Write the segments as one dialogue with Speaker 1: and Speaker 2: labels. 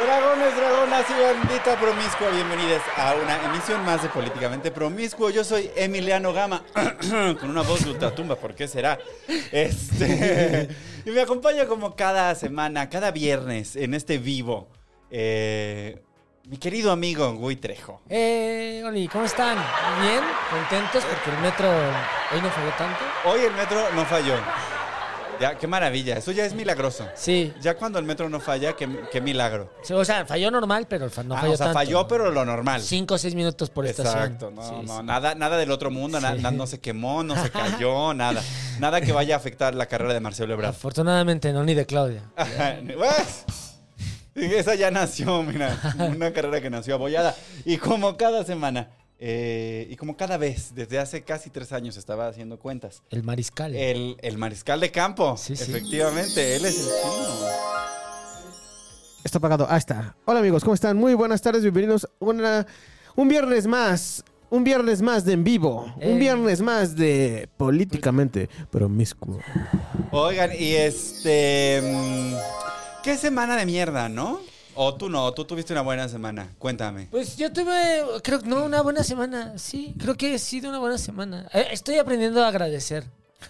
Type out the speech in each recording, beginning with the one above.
Speaker 1: Dragones, dragonas y bandita promiscua, bienvenidas a una emisión más de Políticamente Promiscuo. Yo soy Emiliano Gama, con una voz de ultratumba, ¿por qué será? Este, y me acompaña como cada semana, cada viernes, en este vivo, eh, mi querido amigo Gui Trejo.
Speaker 2: Eh, Oli, ¿cómo están? Bien, contentos porque el metro hoy no falló tanto.
Speaker 1: Hoy el metro no falló. Ya, qué maravilla, eso ya es milagroso.
Speaker 2: Sí,
Speaker 1: Ya cuando el metro no falla, qué, qué milagro.
Speaker 2: sí, o sea, falló normal, pero fa- no
Speaker 1: Ah,
Speaker 2: falló
Speaker 1: o sea,
Speaker 2: tanto.
Speaker 1: falló, pero lo normal.
Speaker 2: Cinco o seis minutos por estación.
Speaker 1: Exacto, no,
Speaker 2: Sí,
Speaker 1: no,
Speaker 2: sí.
Speaker 1: nada, nada del otro mundo, na-
Speaker 2: Sí.
Speaker 1: na- no se quemó, no se cayó, nada. Nada que vaya a afectar la carrera de Marcelo Ebrard.
Speaker 2: Afortunadamente no, ni de Claudia.
Speaker 1: Ajá, pues, Esa ya nació, mira, una carrera que nació abollada. Y como cada semana, eh, y como cada vez, desde hace casi tres años estaba haciendo cuentas,
Speaker 2: El mariscal.
Speaker 1: el, el mariscal de campo,
Speaker 2: Sí, sí.
Speaker 1: efectivamente, él es el chino.
Speaker 3: Está apagado. Ah, está. Hola amigos, ¿cómo están? Muy buenas tardes, bienvenidos a una, un viernes más. Un viernes más de en vivo. Un
Speaker 2: Eh.
Speaker 3: viernes más de políticamente promiscuo.
Speaker 1: Oigan, y este... mm, ¿Qué semana de mierda, no? O tú no, tú tuviste una buena semana, cuéntame.
Speaker 2: Pues yo tuve, creo que no, una buena semana. Sí, creo que he sido una buena semana. Eh, estoy aprendiendo a agradecer.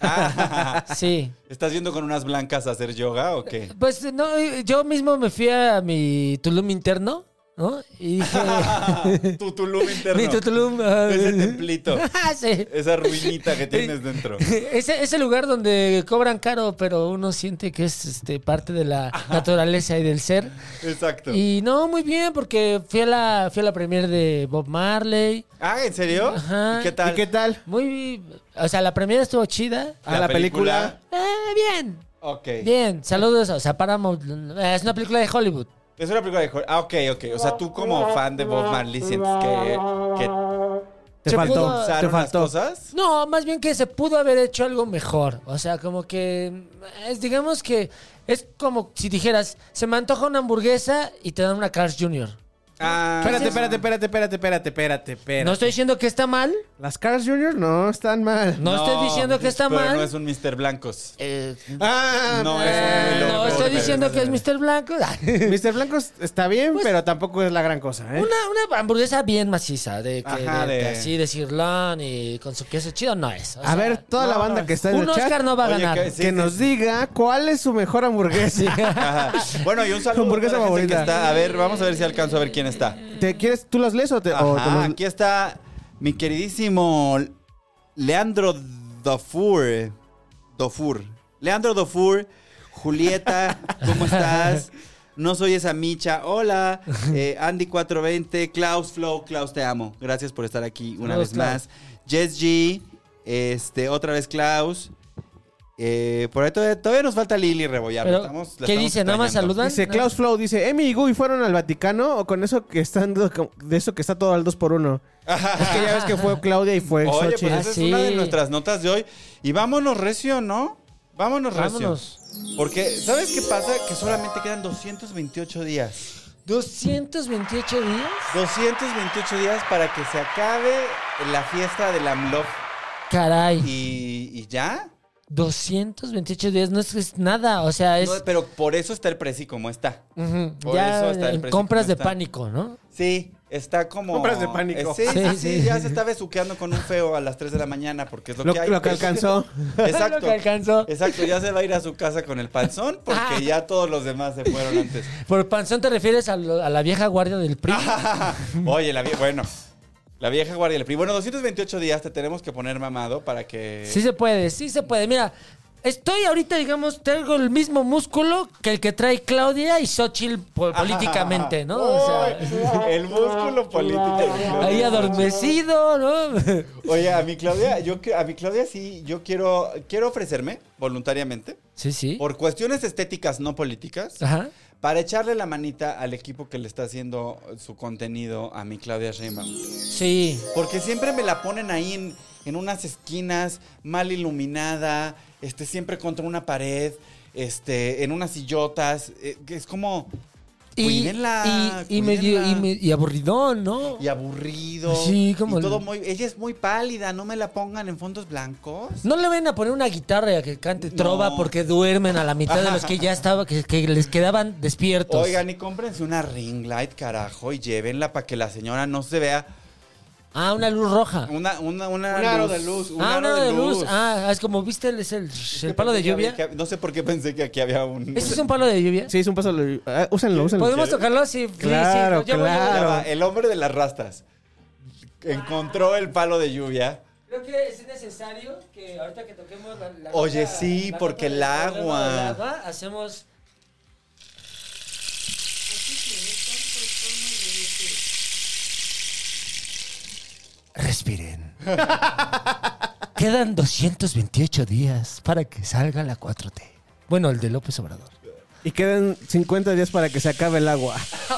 Speaker 1: Ah,
Speaker 2: Sí.
Speaker 1: ¿Estás viendo con unas blancas a hacer yoga o qué?
Speaker 2: Pues no, eh, yo mismo me fui a mi Tulum interno, ¿no? Y dije.
Speaker 1: tu tulum interno.
Speaker 2: mi Tulum. ah,
Speaker 1: Ese templito.
Speaker 2: sí.
Speaker 1: Esa ruinita que tienes dentro.
Speaker 2: Ese, ese lugar donde cobran caro, pero uno siente que es este, parte de la naturaleza y del ser.
Speaker 1: Exacto.
Speaker 2: Y no, muy bien, porque fui a la, fui a la premier de Bob Marley.
Speaker 1: Ah, ¿en serio?
Speaker 2: Ajá.
Speaker 1: ¿Y qué tal?
Speaker 3: ¿Y qué tal?
Speaker 2: Muy, o sea, la premier estuvo chida.
Speaker 3: a la película?
Speaker 2: Eh, bien,
Speaker 1: Ok.
Speaker 2: bien. Saludos, o sea, Paramount. eh, Es una película de Hollywood.
Speaker 1: Es una película de Hol- Ah, ok, ok. O sea, tú como fan de Bob Marley sientes que, que
Speaker 3: Te
Speaker 2: Se
Speaker 3: faltó.
Speaker 2: pudo-
Speaker 1: usaron
Speaker 3: Te
Speaker 1: las
Speaker 3: faltó.
Speaker 1: cosas.
Speaker 2: No, más bien que se pudo haber hecho algo mejor. O sea, como que. Es, digamos que es como si dijeras: se me antoja una hamburguesa y te dan una Cars Jr.
Speaker 1: Ah,
Speaker 3: Espérate, espérate, espérate, espérate, espérate, espérate, espérate.
Speaker 2: No estoy diciendo que está mal.
Speaker 3: Las Cars Jr. no están mal.
Speaker 2: No, estoy diciendo que está
Speaker 1: pues, pero
Speaker 2: mal.
Speaker 1: No es un Mr. Blancos.
Speaker 2: Eh,
Speaker 3: Ah,
Speaker 1: No,
Speaker 3: pues,
Speaker 1: es un
Speaker 2: no,
Speaker 1: loco,
Speaker 2: estoy
Speaker 1: pero-
Speaker 2: diciendo que es Mr. Blanco. Ah, Una,
Speaker 3: Mr. Blancos está bien,
Speaker 2: Pues-
Speaker 3: pero tampoco es la gran cosa, ¿eh?
Speaker 2: una hamburguesa bien maciza, de, que,
Speaker 1: Ajá,
Speaker 2: de-
Speaker 1: de-
Speaker 2: de así de cirlón y con su queso chido, no es. O
Speaker 3: a
Speaker 2: sea,
Speaker 3: ver, toda la
Speaker 1: no,
Speaker 3: banda
Speaker 1: no.
Speaker 3: que está en
Speaker 2: un
Speaker 3: el chat,
Speaker 2: Oscar no va a
Speaker 1: Oye,
Speaker 2: ganar.
Speaker 1: que- sí,
Speaker 3: que nos diga cuál es su mejor hamburguesa.
Speaker 1: Ajá. Bueno, y un saludo.
Speaker 3: Hamburguesa
Speaker 1: para la gente que
Speaker 3: favorita.
Speaker 1: está- A ver, vamos a ver si alcanzo a ver quién está.
Speaker 3: ¿Te quieres, tú las lees o te, o te
Speaker 1: Ajá,
Speaker 3: los-
Speaker 1: aquí está mi queridísimo Leandro Dofur. Dofur. Leandro Dofur, Julieta, ¿cómo estás? No soy esa micha. Hola, eh, Andy420, Klaus Flow, Klaus, te amo. Gracias por estar aquí una
Speaker 2: Saludos,
Speaker 1: vez más. Jess G, este, otra vez Klaus. Eh, por ahí todavía, todavía nos falta Lili rebollar.
Speaker 2: Pero,
Speaker 1: estamos- la
Speaker 2: ¿Qué
Speaker 1: estamos
Speaker 2: dice? ¿Nada más
Speaker 1: extrañando.
Speaker 2: saludan?
Speaker 3: Dice
Speaker 2: No.
Speaker 3: Klaus Flow, dice, Emi y Gui fueron al Vaticano o con eso que están de eso que está todo al 2 por 1 Es que ya ves que fue Claudia y fue
Speaker 1: Oye,
Speaker 3: Xochitl.
Speaker 1: pues esa es
Speaker 2: Sí.
Speaker 1: una de nuestras notas de hoy. Y vámonos recio, ¿no? Vámonos recio.
Speaker 2: Vámonos.
Speaker 1: Porque, ¿sabes qué pasa? Que solamente quedan 228 días.
Speaker 2: 228 días.
Speaker 1: 228 días para que se acabe la fiesta del AMLOF.
Speaker 2: Caray,
Speaker 1: Y, y ya.
Speaker 2: 228 días no es, es nada. O sea, es.
Speaker 1: No, pero por eso está el precio como está.
Speaker 2: ujú,
Speaker 1: por eso
Speaker 2: ya
Speaker 1: está el
Speaker 2: en
Speaker 1: precio
Speaker 2: compras
Speaker 1: como
Speaker 2: de
Speaker 1: está.
Speaker 2: pánico, ¿no?
Speaker 1: Sí, está como.
Speaker 3: Compras de pánico.
Speaker 1: Eh, Sí, sí,
Speaker 2: Sí,
Speaker 1: sí,
Speaker 2: sí.
Speaker 1: ya se está besuqueando con un feo a las 3 de la mañana porque es lo,
Speaker 3: Lo,
Speaker 1: que hay. pues.
Speaker 3: lo que alcanzó.
Speaker 1: Exacto.
Speaker 2: Lo que alcanzó.
Speaker 1: Exacto, ya se va a ir a su casa con el panzón porque ya todos los demás se fueron antes.
Speaker 2: Por panzón te refieres a, lo- a la vieja guardia del PRI.
Speaker 1: Oye, la vieja, bueno, la vieja guardia del PRI. Bueno, 228 días te tenemos que poner mamado para que...
Speaker 2: Sí se puede, sí se puede. Mira, Estoy ahorita, digamos, traigo el mismo músculo que el que trae Claudia y Xochitl po- políticamente, ¿no? O sea,
Speaker 1: Uy, el músculo político. de Claudia.
Speaker 2: ahí adormecido, ¿no?
Speaker 1: Oye, a mi Claudia, yo que- a mi Claudia sí, yo quiero, quiero ofrecerme voluntariamente
Speaker 2: Sí, sí. Ah.
Speaker 1: por cuestiones estéticas no políticas
Speaker 2: Ajá.
Speaker 1: para echarle la manita al equipo que le está haciendo su contenido a mi Claudia Sheinbaum.
Speaker 2: Sí.
Speaker 1: Porque siempre me la ponen ahí en, en unas esquinas, mal iluminada, este, siempre contra una pared, este, en unas sillotas. eh, que es como. cuídenla,
Speaker 2: y, y medio- y
Speaker 1: cuídenla.
Speaker 2: me- y aburridón, ¿no?
Speaker 1: Y aburrido.
Speaker 2: Sí, como
Speaker 1: y
Speaker 2: el-
Speaker 1: todo muy. Ella es muy pálida, no me la pongan en fondos blancos.
Speaker 2: No le ven a poner una guitarra y a que cante
Speaker 1: No.
Speaker 2: trova porque duermen a la mitad de los que ya estaba, que, que les quedaban despiertos.
Speaker 1: Oigan, y cómprense una ring light, carajo, y llévenla para que la señora no se vea.
Speaker 2: Ah, una luz roja.
Speaker 1: Una, una, una
Speaker 3: Un aro de luz,
Speaker 1: un aro
Speaker 2: ah, una de luz. Ah, es como, ¿viste? el- Es el,
Speaker 1: Es que
Speaker 2: el palo de
Speaker 1: pensé que había-
Speaker 2: lluvia.
Speaker 1: que- no sé por qué pensé que aquí había un.
Speaker 2: ¿Ese es un palo de lluvia?
Speaker 3: Sí, es un paso. ah, úsenlo, úsenlo.
Speaker 2: ¿Podemos tocarlo? Sí, sí, sí,
Speaker 3: Claro,
Speaker 2: yo voy a-
Speaker 3: claro.
Speaker 1: Ya va, el hombre de las rastas encontró el palo de lluvia.
Speaker 2: Creo que es necesario que ahorita que toquemos la, la
Speaker 1: Oye,
Speaker 2: gota-
Speaker 1: sí,
Speaker 2: la
Speaker 1: porque el
Speaker 2: gota del
Speaker 1: agua.
Speaker 2: problema del agua, hacemos. Respiren. Quedan 228 días para que salga la 4T. Bueno, el de López Obrador.
Speaker 3: Y quedan 50 días para que se acabe el agua.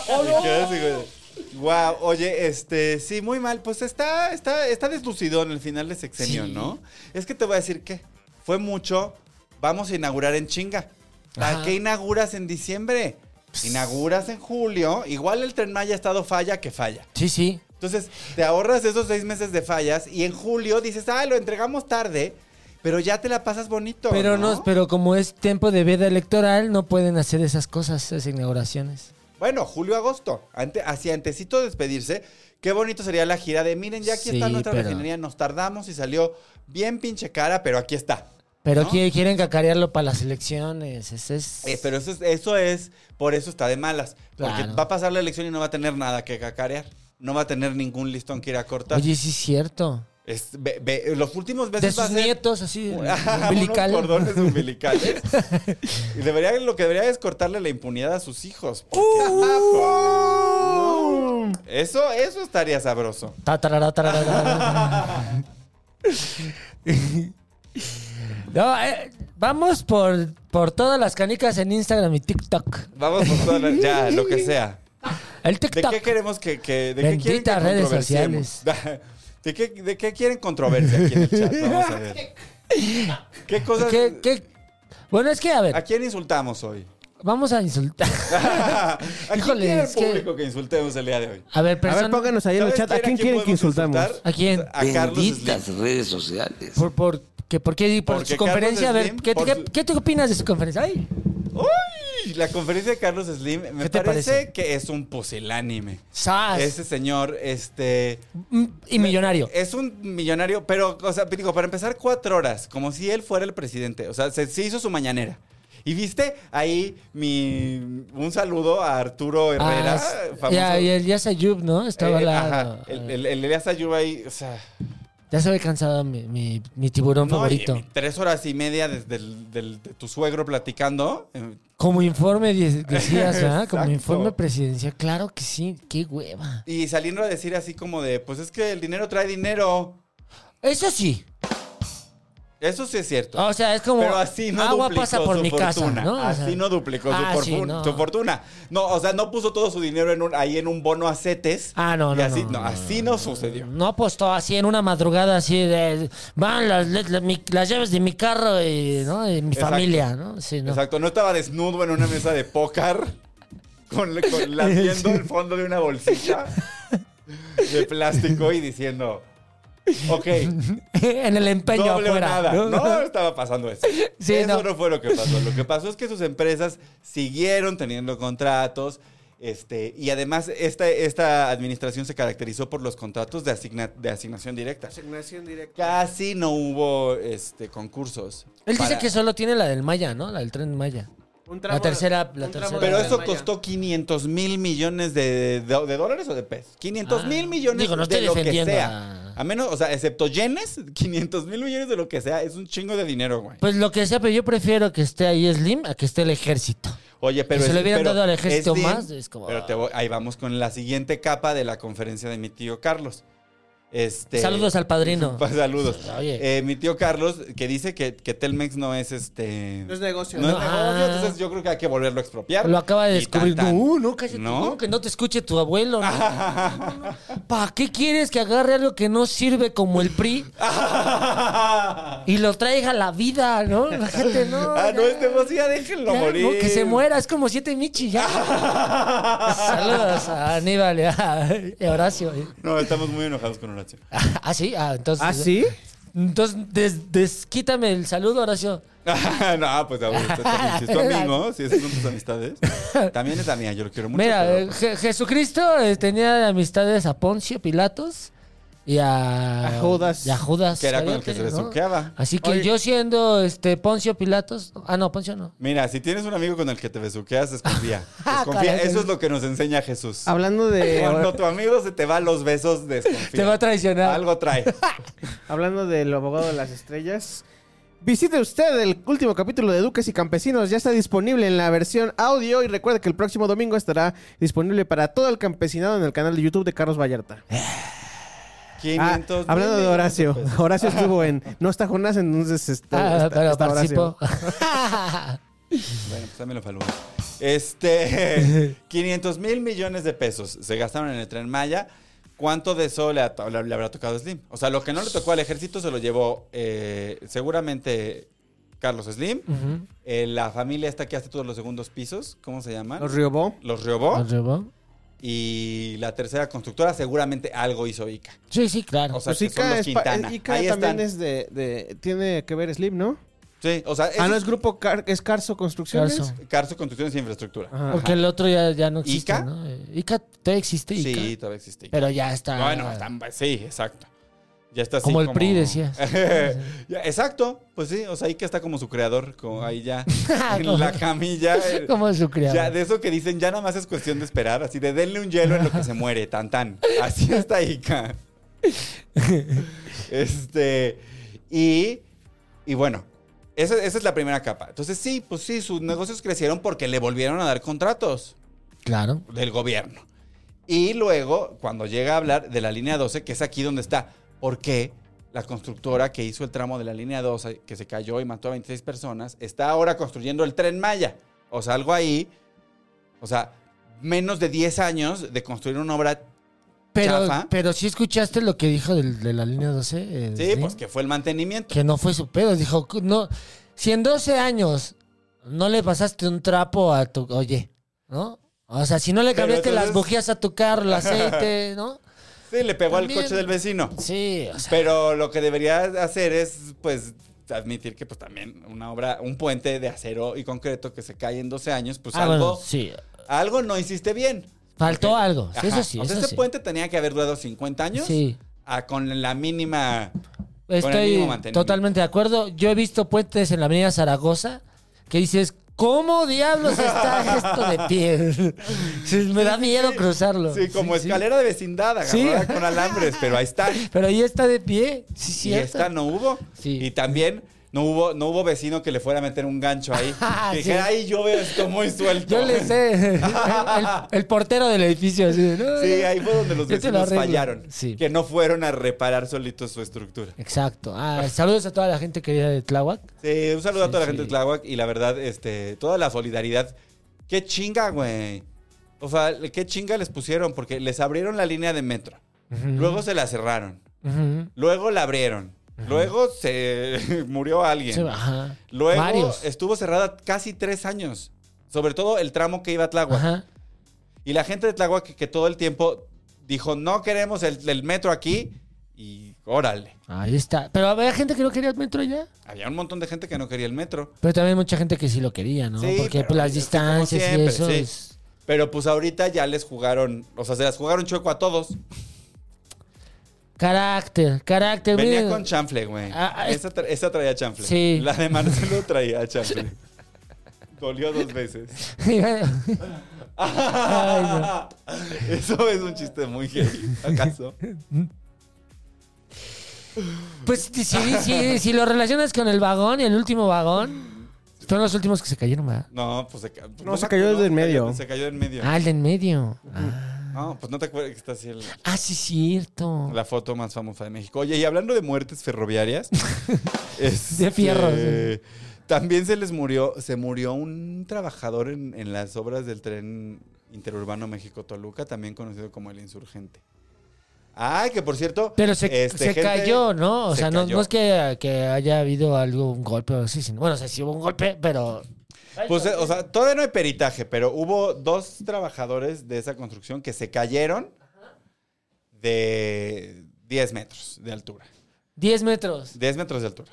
Speaker 2: Oh,
Speaker 1: Y quedó así, güey. Guau, oye, este, sí, muy mal. Pues está, está, está deslucido en el final de sexenio,
Speaker 2: Sí.
Speaker 1: ¿no? Es que te voy a decir que fue mucho. Vamos a inaugurar en chinga. ¿Para
Speaker 2: Ajá.
Speaker 1: qué inauguras en diciembre? Inauguras en julio. Igual el tren Maya ha estado falla que falla.
Speaker 2: Sí, sí.
Speaker 1: Entonces, te ahorras esos seis meses de fallas y en julio dices, ah, lo entregamos tarde, pero ya te la pasas bonito.
Speaker 2: Pero
Speaker 1: ¿no?
Speaker 2: no, pero como es tiempo de veda electoral, no pueden hacer esas cosas, esas inauguraciones.
Speaker 1: Bueno, julio, agosto. Ante, hacia antecito de despedirse, qué bonito sería la gira de miren, ya aquí está
Speaker 2: Sí,
Speaker 1: nuestra
Speaker 2: pero-
Speaker 1: refinería, nos tardamos y salió bien pinche cara, pero aquí está.
Speaker 2: Pero
Speaker 1: ¿No?
Speaker 2: qui- quieren cacarearlo para las elecciones. Ese es.
Speaker 1: Eh, pero eso es, eso es, por eso está de malas. Porque
Speaker 2: Claro.
Speaker 1: va a pasar la elección y no va a tener nada que cacarear. No va a tener ningún listón que ir a cortar.
Speaker 2: Oye, sí es cierto.
Speaker 1: Es- ve- ve- los últimos meses
Speaker 2: De
Speaker 1: va a
Speaker 2: sus
Speaker 1: ser-
Speaker 2: nietos, así,
Speaker 1: umbilical.
Speaker 2: umbilical.
Speaker 1: Unos cordones umbilicales. y debería, lo que debería es cortarle la impunidad a sus hijos. porque- pues,
Speaker 2: ¡Uh!
Speaker 1: No. Eso, eso estaría sabroso.
Speaker 2: Ta, tarara, tarara, tarara. No, eh, vamos por, por todas las canicas en Instagram y TikTok.
Speaker 1: Vamos con toda la- ya, lo que sea.
Speaker 2: El
Speaker 1: ¿De
Speaker 2: TikTok.
Speaker 1: qué queremos que, que- de qué quieren que
Speaker 2: Benditas redes
Speaker 1: controversiemos? ¿De qué, de qué quieren controversia aquí en el chat? Vamos a ver. ¿Qué cosas?
Speaker 2: ¿Qué- qué? Bueno, es que, a
Speaker 1: ¿A
Speaker 2: ver,
Speaker 1: quién insultamos hoy?
Speaker 2: vamos a insultar.
Speaker 1: ¿A quién
Speaker 2: Híjole,
Speaker 1: quiere el
Speaker 2: es que-
Speaker 1: público que insultemos el día de hoy?
Speaker 2: A ver,
Speaker 3: A
Speaker 2: persona,
Speaker 3: ver, pónganos ahí en el
Speaker 1: ¿Sabes
Speaker 3: chat. ¿A
Speaker 1: quién-
Speaker 3: quién quieren que
Speaker 1: podemos
Speaker 3: insultamos?
Speaker 1: insultar?
Speaker 2: ¿A quién?
Speaker 1: A Carlos Slim.
Speaker 4: Benditas redes sociales.
Speaker 2: por, por, que, ¿Por qué? ¿Por
Speaker 1: Porque
Speaker 2: su conferencia? A
Speaker 1: Carlos
Speaker 2: ver,
Speaker 1: Slim,
Speaker 2: ¿qué,
Speaker 1: por
Speaker 2: qué-
Speaker 1: su-
Speaker 2: qué te opinas de su conferencia? Ay,
Speaker 1: ¡Uy! La conferencia de Carlos Slim me
Speaker 2: ¿Qué te
Speaker 1: parece,
Speaker 2: parece?
Speaker 1: que es un pusilánime.
Speaker 2: ¡Sas!
Speaker 1: Ese eh, señor, este.
Speaker 2: Mm, Y millonario.
Speaker 1: Es un millonario, pero, o sea, digo, para empezar, cuatro horas, como si él fuera el presidente. O sea, se, se hizo su mañanera. Y viste ahí mi. Un saludo a Arturo Herrera,
Speaker 2: Ah,
Speaker 1: famoso.
Speaker 2: ya, y el Yas Ayub, ¿no? Estaba
Speaker 1: Eh,
Speaker 2: al lado.
Speaker 1: ajá, el, el, el Elías Ayub ahí, o sea.
Speaker 2: Ya se ve cansado mi, mi, mi tiburón
Speaker 1: no, y-
Speaker 2: favorito.
Speaker 1: y tres horas y media desde el- del- de tu suegro platicando. eh,
Speaker 2: Como informe de- decías, ¿verdad? Como
Speaker 1: Exacto.
Speaker 2: informe presidencial. Claro que sí. Qué hueva.
Speaker 1: Y saliendo a decir así como de: Pues es que el dinero trae dinero.
Speaker 2: Eso sí.
Speaker 1: Eso sí es cierto.
Speaker 2: O sea, es como
Speaker 1: Pero así no
Speaker 2: agua
Speaker 1: duplicó
Speaker 2: pasa por
Speaker 1: su
Speaker 2: mi
Speaker 1: fortuna.
Speaker 2: casa, ¿no? O sea,
Speaker 1: así no duplicó su,
Speaker 2: Ah, sí,
Speaker 1: fortuna-
Speaker 2: no.
Speaker 1: su fortuna. No, o sea, no puso todo su dinero en un, ahí en un bono a CETES.
Speaker 2: Ah, no,
Speaker 1: y
Speaker 2: no,
Speaker 1: así,
Speaker 2: no,
Speaker 1: no,
Speaker 2: no,
Speaker 1: así no, sucedió.
Speaker 2: No apostó así en una madrugada así de van las, le- la- mi- las llaves de mi carro y, ¿no? y mi
Speaker 1: Exacto.
Speaker 2: familia, ¿no? Sí, no.
Speaker 1: Exacto, no estaba desnudo en una mesa de póker con, con lamiendo el fondo de una bolsita de plástico y diciendo, ok,
Speaker 2: en el empeño
Speaker 1: doble o
Speaker 2: afuera.
Speaker 1: nada.
Speaker 2: ¿no?
Speaker 1: No, estaba pasando eso.
Speaker 2: Sí,
Speaker 1: eso
Speaker 2: no.
Speaker 1: no. fue lo que pasó. Lo que pasó es que sus empresas siguieron teniendo contratos. Este, y además, esta, esta administración se caracterizó por los contratos de, asigna- de asignación directa.
Speaker 3: Asignación directa.
Speaker 1: Casi no hubo este, concursos.
Speaker 2: Él dice
Speaker 1: para-
Speaker 2: que solo tiene la del Maya, ¿no? La del tren Maya.
Speaker 3: Un
Speaker 2: La tercera- la
Speaker 3: un
Speaker 2: tercera.
Speaker 3: de
Speaker 1: Pero eso
Speaker 3: Maya.
Speaker 1: costó 500 mil millones de, de- de dólares o de pesos. 500 mil
Speaker 2: Ah,
Speaker 1: millones
Speaker 2: digo, no
Speaker 1: de
Speaker 2: estoy
Speaker 1: lo que
Speaker 2: defendiendo
Speaker 1: sea.
Speaker 2: a-
Speaker 1: A menos, o sea, excepto yenes, 500 mil millones de lo que sea. Es un chingo de dinero, güey.
Speaker 2: Pues lo que sea, pero yo prefiero que esté ahí Slim a que esté el ejército.
Speaker 1: Oye, pero.
Speaker 2: se
Speaker 1: es-
Speaker 2: le hubieran
Speaker 1: pero
Speaker 2: dado al ejército
Speaker 1: bien,
Speaker 2: más, es como-
Speaker 1: Pero te voy- ahí vamos con la siguiente capa de la conferencia de mi tío Carlos. Este,
Speaker 2: Saludos al padrino.
Speaker 1: Pa- Saludos.
Speaker 2: Oye.
Speaker 1: Eh, mi tío Carlos, que dice que, que Telmex no es este.
Speaker 3: No es negocio.
Speaker 1: no es
Speaker 2: No,
Speaker 1: negocio,
Speaker 2: ah.
Speaker 1: entonces yo creo que hay que volverlo a expropiar.
Speaker 2: Lo acaba de
Speaker 1: Y
Speaker 2: descubrir.
Speaker 1: tan, tan.
Speaker 2: No, no, cállate.
Speaker 1: ¿No?
Speaker 2: no, que no te escuche tu abuelo. ¿no? ¿Para qué quieres que agarre algo que no sirve como el PRI y lo traiga a la vida, no? La gente no.
Speaker 1: Ah, no,
Speaker 2: ya.
Speaker 1: este pues ya déjenlo
Speaker 2: Ya,
Speaker 1: morir.
Speaker 2: no, que se muera, es como siete Michi, ya. Saludos a Aníbal y a y a Horacio.
Speaker 1: No, estamos muy enojados con Horacio.
Speaker 2: Ah, sí, ah, entonces.
Speaker 3: ¿Ah, sí?
Speaker 2: Entonces, des- des- quítame el saludo, Horacio.
Speaker 1: no, pues ahora está también. Si es tu amigo, si esas son tus amistades. También es la mía, yo lo quiero mucho.
Speaker 2: Mira,
Speaker 1: pero-
Speaker 2: eh, Je- Jesucristo eh, tenía de amistades a Poncio Pilatos y a,
Speaker 3: A Judas.
Speaker 2: y a Judas
Speaker 1: que era con el que se
Speaker 2: Iscariote,
Speaker 1: les
Speaker 2: ¿no?
Speaker 1: surqueaba.
Speaker 2: Así que
Speaker 3: Oye.
Speaker 2: yo siendo este Poncio Pilatos, ah no, Poncio no.
Speaker 1: Mira, si tienes un amigo con el que te besuqueas, desconfía. Desconfía.
Speaker 2: Ah, Caray.
Speaker 1: Eso es lo que nos enseña Jesús.
Speaker 3: Hablando
Speaker 1: Cuando
Speaker 3: de,
Speaker 1: tu amigo se te va a los besos, desconfía.
Speaker 2: Te va a traicionar. Ah,
Speaker 1: Algo trae.
Speaker 3: hablando del abogado de las estrellas. Visite usted el último capítulo de Duques y Campesinos. Ya está disponible en la versión audio. Y recuerde que el próximo domingo estará disponible para todo el campesinado en el canal de YouTube de Carlos Vallarta.
Speaker 1: 500
Speaker 3: Ah, hablando de
Speaker 1: mil
Speaker 3: Horacio.
Speaker 1: pesos.
Speaker 3: Horacio estuvo en. No está Jonás, entonces está.
Speaker 2: Ah,
Speaker 3: está-
Speaker 2: pero
Speaker 3: está
Speaker 2: participó.
Speaker 3: Horacio.
Speaker 1: Bueno, pues también lo faludo. Este, 500 mil millones de pesos se gastaron en el tren Maya. ¿Cuánto de eso le, ha- le- le habrá tocado a Slim? O sea, lo que no le tocó al ejército se lo llevó eh, seguramente Carlos Slim,
Speaker 2: Ujú.
Speaker 1: eh, la familia esta que hace todos los segundos pisos, ¿cómo se llaman?
Speaker 3: Los riobó.
Speaker 1: Los Riobó.
Speaker 2: Arriba.
Speaker 1: Y la tercera constructora seguramente algo hizo Ica.
Speaker 2: Sí, sí, claro.
Speaker 1: O sea,
Speaker 3: Pues
Speaker 1: que son
Speaker 3: Ica,
Speaker 1: los
Speaker 3: es pa-
Speaker 1: Quintana.
Speaker 3: Ica
Speaker 1: Ahí están.
Speaker 3: también es de, de- Tiene que ver Slim, ¿no?
Speaker 1: Sí, o sea,
Speaker 3: ah, no,
Speaker 1: esos-
Speaker 3: es grupo Car- es Carso Construcciones.
Speaker 2: Carso.
Speaker 1: Carso Construcciones e Infraestructura.
Speaker 3: Ajá.
Speaker 2: Porque el otro ya, ya no existe,
Speaker 1: ¿Ica?
Speaker 2: ¿no? Eh, Ica todavía existe, Ica.
Speaker 1: Sí, todavía existe Ica.
Speaker 2: Pero ya está.
Speaker 1: Bueno, están- sí, exacto. Ya está así
Speaker 2: Ah, Como el PRI, decías.
Speaker 1: Ya, exacto, pues sí, o sea, ahí que está como su creador, como ahí ya en la camilla. eh,
Speaker 2: Como su criado.
Speaker 1: Ya de eso que dicen, ya nada más es cuestión de esperar, así de denle un hielo en lo que se muere, tan tan. Así está Ica. Este, y, y bueno, esa, esa es la primera capa. Entonces sí, pues sí, sus negocios crecieron porque le volvieron a dar contratos
Speaker 2: Claro.
Speaker 1: del gobierno. Y luego, cuando llega a hablar de la línea 12, que es aquí donde está, ¿por qué la constructora que hizo el tramo de la línea 12, que se cayó y mató a 26 personas, está ahora construyendo el tren Maya? O sea, algo ahí, o sea, menos de 10 años de construir una obra.
Speaker 2: Pero,
Speaker 1: Chafa.
Speaker 2: pero sí escuchaste lo que dijo del- de la línea 12. eh,
Speaker 1: Sí,
Speaker 2: Slim?
Speaker 1: pues que fue el mantenimiento.
Speaker 2: que no fue su pedo. Dijo, no, si en 12 años no le pasaste un trapo a tu, oye, ¿no? O sea, si no le
Speaker 1: Pero
Speaker 2: cambiaste las
Speaker 1: entonces-
Speaker 2: bujías a tu carro, el aceite, ¿no?
Speaker 1: Sí, le pegó al
Speaker 2: También.
Speaker 1: coche del vecino.
Speaker 2: Sí, o sea,
Speaker 1: Pero lo que debería hacer es, pues, admitir que, pues, también una obra, un puente de acero y concreto que se cae en 12 años, pues,
Speaker 2: ah,
Speaker 1: algo,
Speaker 2: bueno, sí.
Speaker 1: algo no hiciste bien.
Speaker 2: Faltó
Speaker 1: Porque-
Speaker 2: algo. Sí,
Speaker 1: Ajá.
Speaker 2: Pues eso sí,
Speaker 1: O sea,
Speaker 2: eso
Speaker 1: este
Speaker 2: sí.
Speaker 1: puente tenía que haber durado 50 años.
Speaker 2: Sí.
Speaker 1: a con la mínima. con el mínimo
Speaker 2: Estoy
Speaker 1: mantenimiento.
Speaker 2: totalmente de acuerdo. Yo he visto puentes en la avenida Zaragoza que dices, ¿cómo diablos está esto de pie? Sí, Me da miedo cruzarlo.
Speaker 1: Sí, como escalera de vecindad, agarrada con alambres, pero ahí está.
Speaker 2: Pero ahí está de pie. Sí,
Speaker 1: Y
Speaker 2: cierto.
Speaker 1: esta no hubo.
Speaker 2: Sí.
Speaker 1: Y también no hubo, no hubo vecino que le fuera a meter un gancho ahí.
Speaker 2: Ah,
Speaker 1: que
Speaker 2: sí.
Speaker 1: dijera, ay, yo veo esto muy suelto.
Speaker 2: Yo le sé. El, el portero del edificio. Así, de, "No,
Speaker 1: Sí,
Speaker 2: no".
Speaker 1: ahí fue donde los
Speaker 2: Yo te lo
Speaker 1: vecinos
Speaker 2: arreglo.
Speaker 1: fallaron.
Speaker 2: Sí.
Speaker 1: Que no fueron a reparar solitos su estructura.
Speaker 2: Exacto. Ah, saludos a toda la gente querida de Tláhuac.
Speaker 1: Sí, un saludo a
Speaker 2: Sí,
Speaker 1: toda la
Speaker 2: sí.
Speaker 1: gente de Tláhuac y la verdad, este, toda la solidaridad. Qué chinga, güey. O sea, qué chinga les pusieron porque les abrieron la línea de metro. Luego se la cerraron.
Speaker 2: Ujú.
Speaker 1: Luego la abrieron. Luego se murió alguien.
Speaker 2: Sí, ajá.
Speaker 1: Luego
Speaker 2: Varios.
Speaker 1: estuvo cerrada casi tres años. Sobre todo el tramo que iba a Tláhuac.
Speaker 2: Ajá.
Speaker 1: Y la gente de Tláhuac que, que todo el tiempo dijo, no queremos el, el metro aquí. Y órale.
Speaker 2: Ahí está. Pero había gente que no quería el metro ya.
Speaker 1: Había un montón de gente que no quería el metro.
Speaker 2: Pero también mucha gente que sí lo quería, ¿no?
Speaker 1: Sí,
Speaker 2: Porque
Speaker 1: pero
Speaker 2: pues, las
Speaker 1: es que como
Speaker 2: distancias
Speaker 1: siempre,
Speaker 2: y eso.
Speaker 1: sí.
Speaker 2: es-
Speaker 1: Pero pues ahorita ya les jugaron, o sea, se las jugaron chueco a todos.
Speaker 2: Carácter, carácter.
Speaker 1: Venía
Speaker 2: miren.
Speaker 1: con chanfle, güey.
Speaker 2: Ah, ah, es-
Speaker 1: esa, tra- esa traía chanfle.
Speaker 2: Sí.
Speaker 1: La de Marcelo traía chanfle. Dolió dos veces.
Speaker 2: no.
Speaker 1: Eso es un chiste muy gay, ¿acaso?
Speaker 2: Pues si, si- si- si lo relacionas con el vagón y el último vagón, fueron los últimos que se cayeron, ¿verdad?
Speaker 1: No, pues se, ca- pues
Speaker 3: No, se
Speaker 1: te
Speaker 3: cayó
Speaker 1: acuerdas,
Speaker 3: desde
Speaker 1: se
Speaker 3: el
Speaker 1: cayó-
Speaker 3: medio.
Speaker 1: Se cayó del medio.
Speaker 2: Ah, el de en medio.
Speaker 1: No, pues no te acuerdas que está así el-
Speaker 2: Ah, sí, cierto.
Speaker 1: la foto más famosa de México. Oye, y hablando de muertes ferroviarias. este,
Speaker 2: De fierro, sí.
Speaker 1: También se les murió, se murió un trabajador en, en las obras del tren interurbano México-Toluca, también conocido como el insurgente. Ah, que por cierto.
Speaker 2: Pero se,
Speaker 1: este,
Speaker 2: se
Speaker 1: gente-
Speaker 2: cayó, ¿no? O
Speaker 1: se
Speaker 2: sea, no,
Speaker 1: cayó.
Speaker 2: no es que, que haya habido algo, un golpe o así. sino- Bueno, o sea, sí hubo un golpe, pero...
Speaker 1: Pues, eh, o sea, todavía no hay peritaje, pero hubo dos trabajadores de esa construcción que se cayeron de 10 metros de altura.
Speaker 2: 10 metros.
Speaker 1: 10 metros de altura.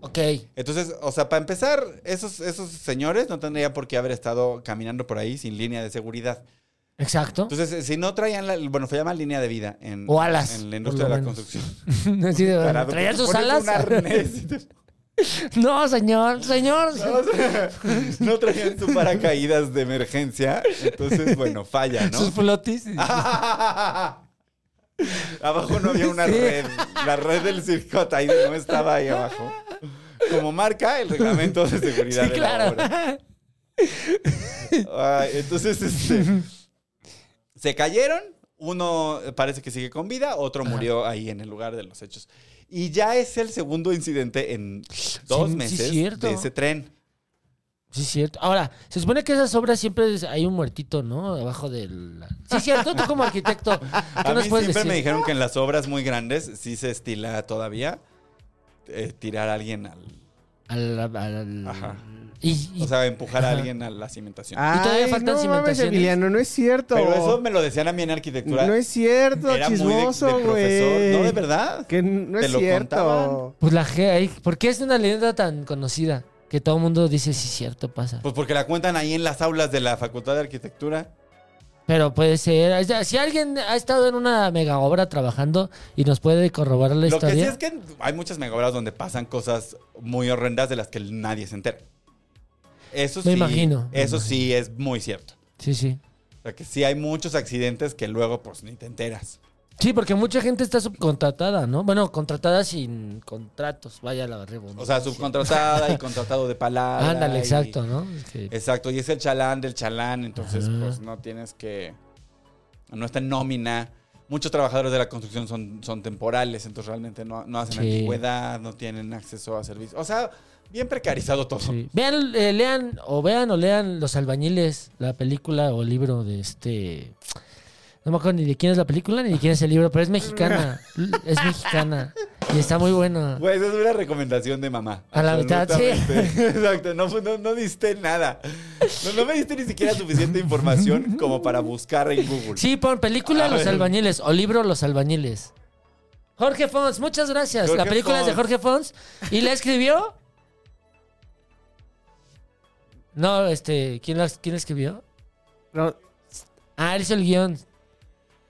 Speaker 2: Ok.
Speaker 1: Entonces, o sea, para empezar, esos, esos señores no tendrían por qué haber estado caminando por ahí sin línea de seguridad.
Speaker 2: Exacto.
Speaker 1: Entonces, eh, si no traían, la, bueno, se llama línea de vida en,
Speaker 2: O alas,
Speaker 1: en la
Speaker 2: por
Speaker 1: industria de
Speaker 2: lo
Speaker 1: la
Speaker 2: menos.
Speaker 1: construcción.
Speaker 2: Así de verdad.
Speaker 1: Parado.
Speaker 2: ¿Traían sus
Speaker 1: Pones
Speaker 2: alas?
Speaker 1: un arnés y te-
Speaker 2: No, señor, señor.
Speaker 1: No, o sea, no traían su paracaídas de emergencia. Entonces, bueno, falla, ¿no? Ah,
Speaker 2: Sus flotis.
Speaker 1: abajo no había una
Speaker 2: Sí.
Speaker 1: red. La red del Circuit ahí no estaba ahí abajo. Como marca el reglamento de seguridad
Speaker 2: Sí,
Speaker 1: de
Speaker 2: claro.
Speaker 1: la obra. Ay, entonces, este, se cayeron. Uno parece que sigue con vida, otro murió ahí en el lugar de los hechos. Y ya es el segundo incidente en dos
Speaker 2: Sí, sí,
Speaker 1: meses
Speaker 2: cierto.
Speaker 1: de ese tren.
Speaker 2: Sí, es cierto. Ahora, se supone que esas obras siempre es- hay un muertito, ¿no? Debajo del... Sí, es cierto, tú como arquitecto. Ah, ¿Qué
Speaker 1: A mí
Speaker 2: nos puedes
Speaker 1: siempre
Speaker 2: decir?
Speaker 1: me dijeron que en las obras muy grandes sí se estila todavía eh, tirar a alguien al,
Speaker 2: Al, al- al-
Speaker 1: Ajá.
Speaker 2: Y, Mm. y- Ah,
Speaker 1: O sea, empujar a alguien a la cimentación.
Speaker 3: Ay,
Speaker 2: todavía faltan
Speaker 3: no mames,
Speaker 2: cimentaciones?
Speaker 3: Emiliano, no es cierto.
Speaker 1: Pero eso me lo decían a mí en arquitectura.
Speaker 3: No es cierto,
Speaker 1: Era muy de- de
Speaker 3: chismoso, güey.
Speaker 1: profesor. No, de verdad.
Speaker 3: Que n- no
Speaker 1: Te
Speaker 3: es
Speaker 1: lo
Speaker 3: cierto.
Speaker 1: contaban.
Speaker 2: pues la G ahí... ¿Por qué es una leyenda tan conocida? Que todo el mundo dice, sí, cierto, pasa.
Speaker 1: Pues porque la cuentan ahí en las aulas de la Facultad de Arquitectura.
Speaker 2: Pero puede ser... o sea, Si alguien ha estado en una mega obra trabajando y nos puede corroborar la
Speaker 1: Lo que sí
Speaker 2: historia...
Speaker 1: es que hay muchas megaobras donde pasan cosas muy horrendas de las que nadie se entera. Eso sí.
Speaker 2: Me imagino, me
Speaker 1: Eso sí es muy cierto.
Speaker 2: Sí, sí.
Speaker 1: O sea, que sí hay muchos accidentes que luego pues ni te enteras.
Speaker 2: Sí, porque mucha gente está subcontratada, ¿no? Bueno, contratada sin contratos, vaya la redundancia.
Speaker 1: O sea, subcontratada y contratado de palabra.
Speaker 2: Ándale,
Speaker 1: y-
Speaker 2: exacto, ¿no? Es que-
Speaker 1: Exacto, y es el chalán del chalán, entonces
Speaker 2: Ajá.
Speaker 1: pues no tienes que... No está en nómina. Muchos trabajadores de la construcción son, son temporales, entonces realmente no, no hacen
Speaker 2: Sí.
Speaker 1: antigüedad, no tienen acceso a servicios. O sea, bien precarizado todo.
Speaker 2: Sí. Vean, eh, lean, o vean o lean Los Albañiles, la película o libro de este. No me acuerdo ni de quién es la película ni de quién es el libro, pero es mexicana. es mexicana. Y está muy bueno.
Speaker 1: Pues es una recomendación de mamá.
Speaker 2: A la mitad, sí.
Speaker 1: Absolutamente. Exacto, no, no, no diste nada. No, no me diste ni siquiera suficiente información como para buscar en Google.
Speaker 2: Sí, pon película
Speaker 1: A
Speaker 2: Los
Speaker 1: ver.
Speaker 2: Albañiles o libro Los Albañiles. Jorge Fons, muchas gracias. la
Speaker 1: Jorge
Speaker 2: película es de
Speaker 1: Fons.
Speaker 2: Jorge Fons. ¿Y la escribió? No, este, ¿quién la, quién la escribió?
Speaker 3: No,
Speaker 2: Ah, él hizo el guión.